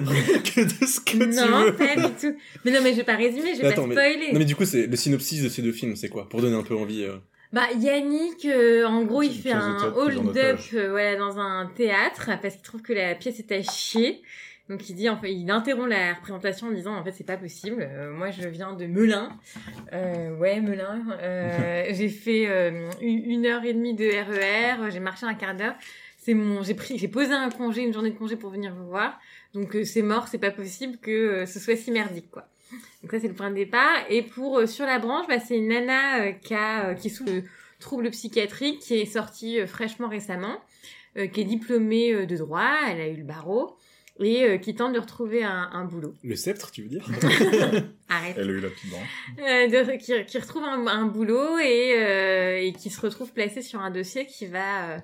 que de ce que
non,
tu veux.
pas du tout. Mais non, mais je vais pas résumer, je vais
Attends,
pas
mais-
spoiler.
Non mais du coup, c'est le synopsis de ces deux films, c'est quoi Pour donner un peu envie. euh.
Bah Yannick, euh, en gros, il
C'est une
fait
pièce de
un
théâtre prise en
hold-up
otage.
euh, voilà, dans un théâtre parce qu'il trouve que la pièce est à chier. Donc il dit, en fait, il interrompt la représentation en disant en fait c'est pas possible. Euh, moi je viens de Melun, Euh, ouais Melun. Euh, j'ai fait euh, une une heure et demie de RER, j'ai marché un quart d'heure. C'est mon, j'ai pris, j'ai posé un congé, une journée de congé pour venir vous voir. Donc euh, c'est mort, c'est pas possible que euh, ce soit si merdique quoi. Donc ça c'est le point de départ. Et pour euh, sur la branche, bah, c'est une nana euh, qui, a, euh, qui souffre de troubles psychiatriques, qui est sortie euh, fraîchement récemment, euh, qui est diplômée euh, de droit, elle a eu le barreau et euh, qui tente de retrouver un, un boulot.
Le sceptre, tu veux dire
Arrête.
Elle a eu la petite branche.
Euh, de- qui, qui retrouve un, un boulot et, euh, et qui se retrouve placée sur un dossier qui va, euh,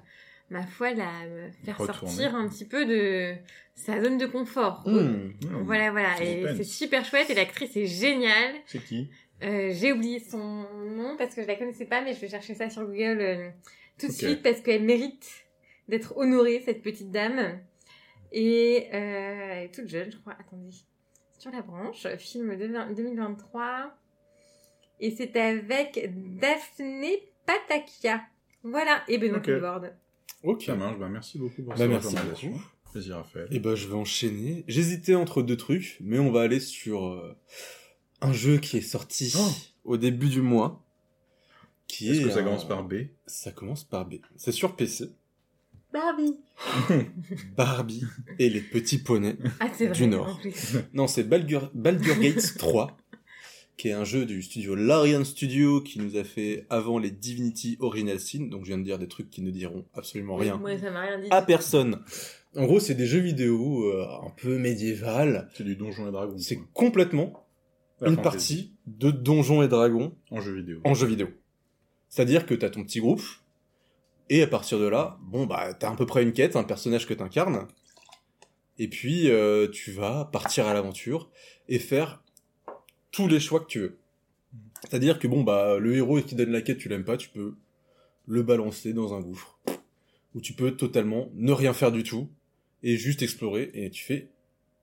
ma foi, la euh, faire
Retourner.
sortir un petit peu de sa zone de confort.
Hmm.
Hmm.
Voilà, voilà.
C'est
Et
open.
c'est super chouette et l'actrice est géniale.
C'est qui
Euh, j'ai oublié son nom parce que je la connaissais pas, mais je vais chercher ça sur Google euh, tout de
Ok.
suite parce qu'elle mérite d'être honorée, cette petite dame. Et euh, elle est toute jeune, je crois. Attendez. Sur la branche, film de 20- 2023. Et c'est avec Daphné Patakia. Voilà, et Benoît
Ok.
Poelvoorde.
Ok.
Ça marche, bah merci beaucoup pour
Bah,
cette
merci
recommandation.
beaucoup.
Plaisir à faire.
Et ben je vais enchaîner. J'hésitais entre deux trucs, mais on va aller sur euh, un jeu qui est sorti
Oh.
au début du mois. Qui
Est-ce
est
que ça
un-
commence par B
Ça commence par B. C'est sur PC.
Barbie.
Barbie et les petits poneys.
Ah, c'est vrai.
Du Nord.
en plus.
Non, c'est Baldur, Baldur Gates 3, qui est un jeu du studio Larian Studio qui nous a fait avant les Divinity Original Sin. Donc je viens de dire des trucs qui ne diront absolument rien Ah,
Moi, ça m'a rien dit.
à personne. En gros, c'est des jeux vidéo euh, un peu médiéval.
C'est du Donjon et Dragon.
C'est complètement une partie de Donjons et Dragons
En jeu vidéo.
en jeu vidéo. C'est-à-dire que t'as ton petit groupe, et à partir de là, bon bah t'as à peu près une quête, un personnage que t'incarnes, et puis euh, tu vas partir à l'aventure et faire tous les choix que tu veux. C'est-à-dire que bon bah le héros qui donne la quête, tu l'aimes pas, tu peux le balancer dans un gouffre, ou tu peux totalement ne rien faire du tout et juste explorer et tu fais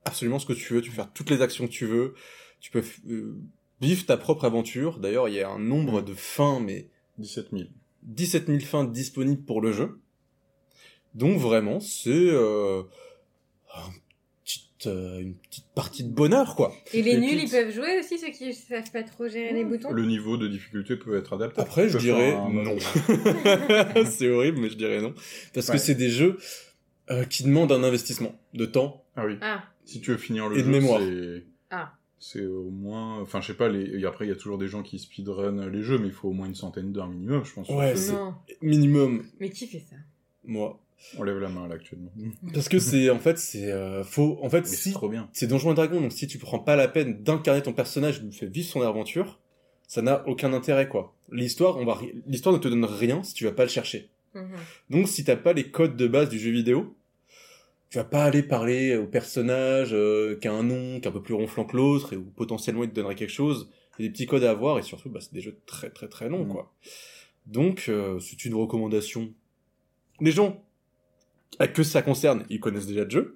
absolument ce que tu veux, tu peux faire toutes les actions que tu veux, tu peux euh, vivre ta propre aventure. D'ailleurs, il y a un nombre de fins mais
17 000.
17 000 fins disponibles pour le jeu. Donc vraiment, c'est euh, un petit, euh, une petite partie de bonheur, quoi.
Et les
Et
nuls,
puis-
ils peuvent jouer aussi, ceux qui savent pas trop gérer les boutons.
Le niveau de difficulté peut être adapté.
Après, je
Tu peux faire
dirais
un-
non. c'est horrible, mais je dirais non. Parce que
Ouais.
c'est des jeux euh, qui demandent un investissement de temps.
Ah oui.
Ah,
Si tu veux finir le
Et de
jeu,
mémoire.
c'est-
Ah.
C'est au moins, enfin je sais pas, les... et après il y a toujours des gens qui speedrun les jeux, mais il faut au moins une centaine d'heures minimum, je pense.
Ouais, c'est
non.
minimum,
Mais qui fait ça
moi.
On lève la main là actuellement. Mais
Parce que c'est, en fait, c'est... euh, faut, en fait,
c'est
si
trop bien.
C'est Donjons et Dragons, donc si tu prends pas la peine d'incarner ton personnage, de lui faire vivre son aventure, ça n'a aucun intérêt, quoi. L'histoire, on va, ri- l'histoire ne te donne rien si tu vas pas le chercher.
Mhm.
Donc si t'as pas les codes de base du jeu vidéo, tu vas pas aller parler au personnage euh, qui a un nom, qui est un peu plus ronflant que l'autre, et où potentiellement il te donnerait quelque chose. Il y a des petits codes à avoir, et surtout, bah, c'est des jeux très très très longs,
Mm.
quoi. Donc, euh, c'est une recommandation. Les gens à que ça concerne, ils connaissent déjà le jeu,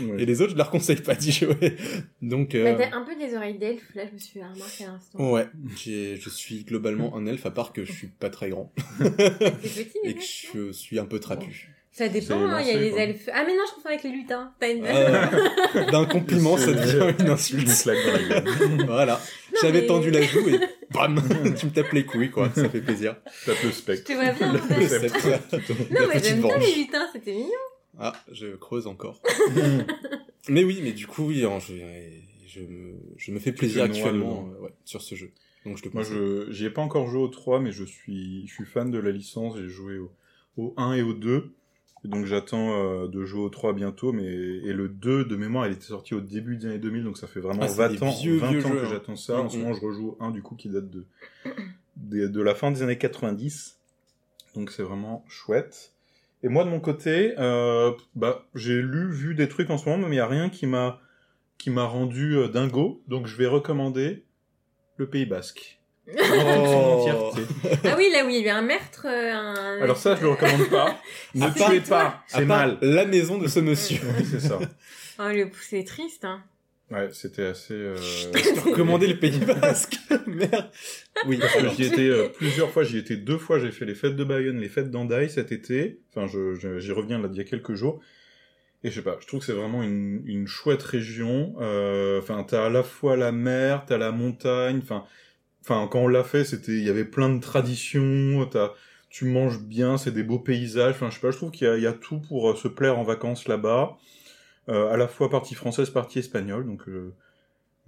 Ouais.
et les autres, je leur conseille pas d'y jouer. Donc, euh,
Bah, t'as un peu des oreilles d'elfe, là, je me suis remarqué à l'instant.
Ouais, j'ai- je suis globalement un elfe, à part que je suis pas très grand
C'est petit, les
et que
elfes, non
je suis un peu trapu.
Ça dépend, hein, il y a
lancé,
des
quoi.
elfes. Ah, mais non, je confonds avec les lutins. T'as une.
Ah, D'un compliment, ça devient une
Je lui
insulte.
claque dans la gueule.
Voilà,
Non,
j'avais
mais-
tendu la joue et bam, tu me tapes les couilles, quoi, ça fait plaisir.
Tape le
Je
spectre.
te vois bien, en fait.
C'est
Non,
ça, la
mais
petite
j'aime bien
branche.
les lutins, c'était mignon.
Ah, je creuse encore. mais oui, mais du coup, oui, hein, je, je, me, je me fais plaisir
noies
actuellement
dedans.
euh, ouais, sur ce jeu. Donc je le
Moi,
conseille.
je j'y ai pas encore joué au 3, mais je suis, je suis fan de la licence. J'ai joué au, au 1 et au 2. Et donc j'attends euh, de jouer au 3 bientôt. Mais, et le 2, de mémoire, il était sorti au début des années 2000. Donc ça fait vraiment
Ah, c'est
20
des
ans,
vieux,
20
vieux
ans
jeux,
que
hein.
j'attends ça. En
Mhm.
ce moment, je rejoue au 1 du coup qui date de, des- de la fin des années 90. Donc c'est vraiment chouette. Et moi de mon côté, euh, bah, j'ai lu, vu des trucs en ce moment, mais il n'y a rien qui m'a qui m'a rendu euh, dingo. Donc je vais recommander le Pays Basque.
Oh.
Dans son entièreté.
Ah oui, là où il y avait un meurtre, euh, un...
Alors ça, je le recommande pas. Ne
À part-
tuez pas,
À
c'est
part
mal.
La maison
Mm.
de ce monsieur.
Oui, c'est ça.
Oh, le c'est triste, hein.
Ouais, c'était assez. euh,
Recommander le Pays Basque. Merde. Oui.
Parce que j'y étais euh, plusieurs fois, j'y étais deux fois, j'ai fait les fêtes de Bayonne, les fêtes d'Andaï cet été, enfin je- je- j'y reviens là il y a quelques jours, et je sais pas, je trouve que c'est vraiment une, une chouette région, Euh, enfin t'as à la fois la mer, t'as la montagne, enfin enfin quand on l'a fait c'était, il y avait plein de traditions, t'as tu manges bien, c'est des beaux paysages, enfin je sais pas, je trouve qu'il y, a- il y a tout pour euh, se plaire en vacances là-bas, Euh, à la fois partie française, partie espagnole, donc... euh,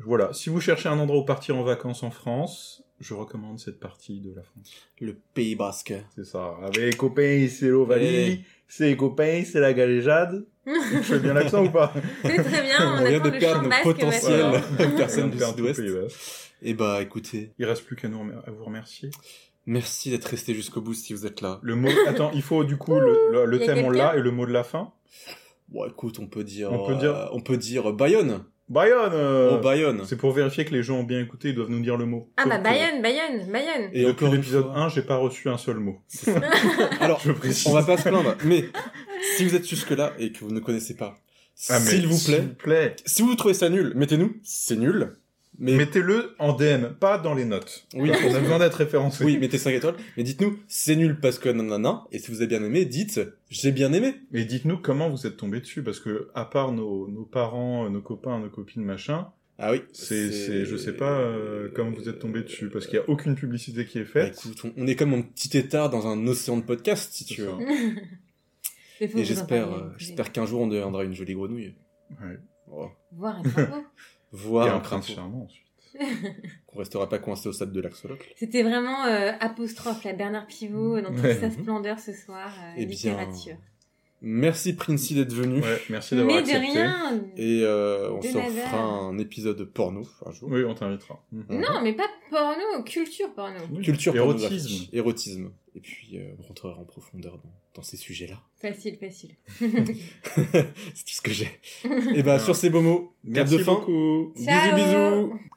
voilà, si vous cherchez un endroit où partir en vacances en France, je recommande cette partie de la France.
Le Pays Basque.
C'est ça. Avec les copains, c'est l'Ovalie,
Allez.
c'est les copains, c'est la galéjade. Je fais bien l'accent ou pas
C'est très bien,
On
on,
vient
attend
de
le
perdre
champ
nos
basque.
potentiels.
maintenant.
Personne
On
du
perd tout le
Sud-Ouest.
Pays Basque.
Eh bah, écoutez,
Il reste plus qu'à nous remer- à vous remercier.
merci d'être resté jusqu'au bout si vous êtes là.
Le mot. Attends, il faut du coup le, le- le
Il y a
thème on
quelqu'un
l'a et le mot de la fin.
Bon, écoute, on peut dire.
On peut dire-
euh, on peut dire Bayonne.
Bayonne. euh,
Oh, Bayonne.
C'est pour vérifier que les gens ont bien écouté, ils doivent nous dire le mot.
Ah
Sauf
bah
que
Bayonne, Bayonne, Bayonne.
euh, Et
Depuis
encore une
l'épisode
fois-
1, j'ai pas reçu un seul mot.
C'est ça. Alors,
Je précise.
on va pas se plaindre, mais si vous êtes jusque-là et que vous ne connaissez pas,
Ah, mais
s'il vous plaît,
S'il vous plaît.
si vous trouvez ça nul, mettez-nous, c'est nul. Mais
Mettez-le en DM, pas dans les notes.
oui,
On a besoin d'être référencé.
oui, mettez 5 étoiles, mais dites-nous, c'est nul parce que nanana, et si vous avez bien aimé, dites, j'ai bien aimé.
Et dites-nous comment vous êtes tombé dessus, parce que à part nos, nos parents, euh, nos copains, nos copines, machin,
Ah oui.
c'est, c'est, je sais pas euh, comment vous êtes tombé dessus, parce qu'il y a aucune publicité qui est
Bah,
faite.
écoute, on, on est comme un petit étard dans un océan de podcasts, si Bah, tu veux.
Il faut
Et
que vous en
j'espère,
parliez,
euh,
écoutez.
j'espère qu'un jour on deviendra une jolie grenouille.
Ouais.
Oh.
Voir un crapaud.
et
Voir
un
un
prince hein.
crapaud.
charmant ensuite.
Qu'on restera pas coincé au sable de l'axoloc.
C'était vraiment euh, apostrophe, la Bernard Pivot, dans toute
Ouais.
sa splendeur ce soir, euh,
Eh bien,
littérature.
Merci Princey d'être venu.
Ouais, merci d'avoir
Mais de
accepté.
rien
Et euh, on
De
se
nada.
fera un épisode porno un jour.
Oui, on t'invitera. Mhm.
Non, mais pas porno, culture porno.
Oui.
Culture
Érotisme.
pornographique. Érotisme. Et puis euh, on rentrera en profondeur dans, dans ces sujets-là.
Facile, facile.
C'est tout ce que j'ai. Et bah
Bien.
sur ces beaux mots, cap
Merci
de fin.
beaucoup.
Bisous
Ciao.
bisous.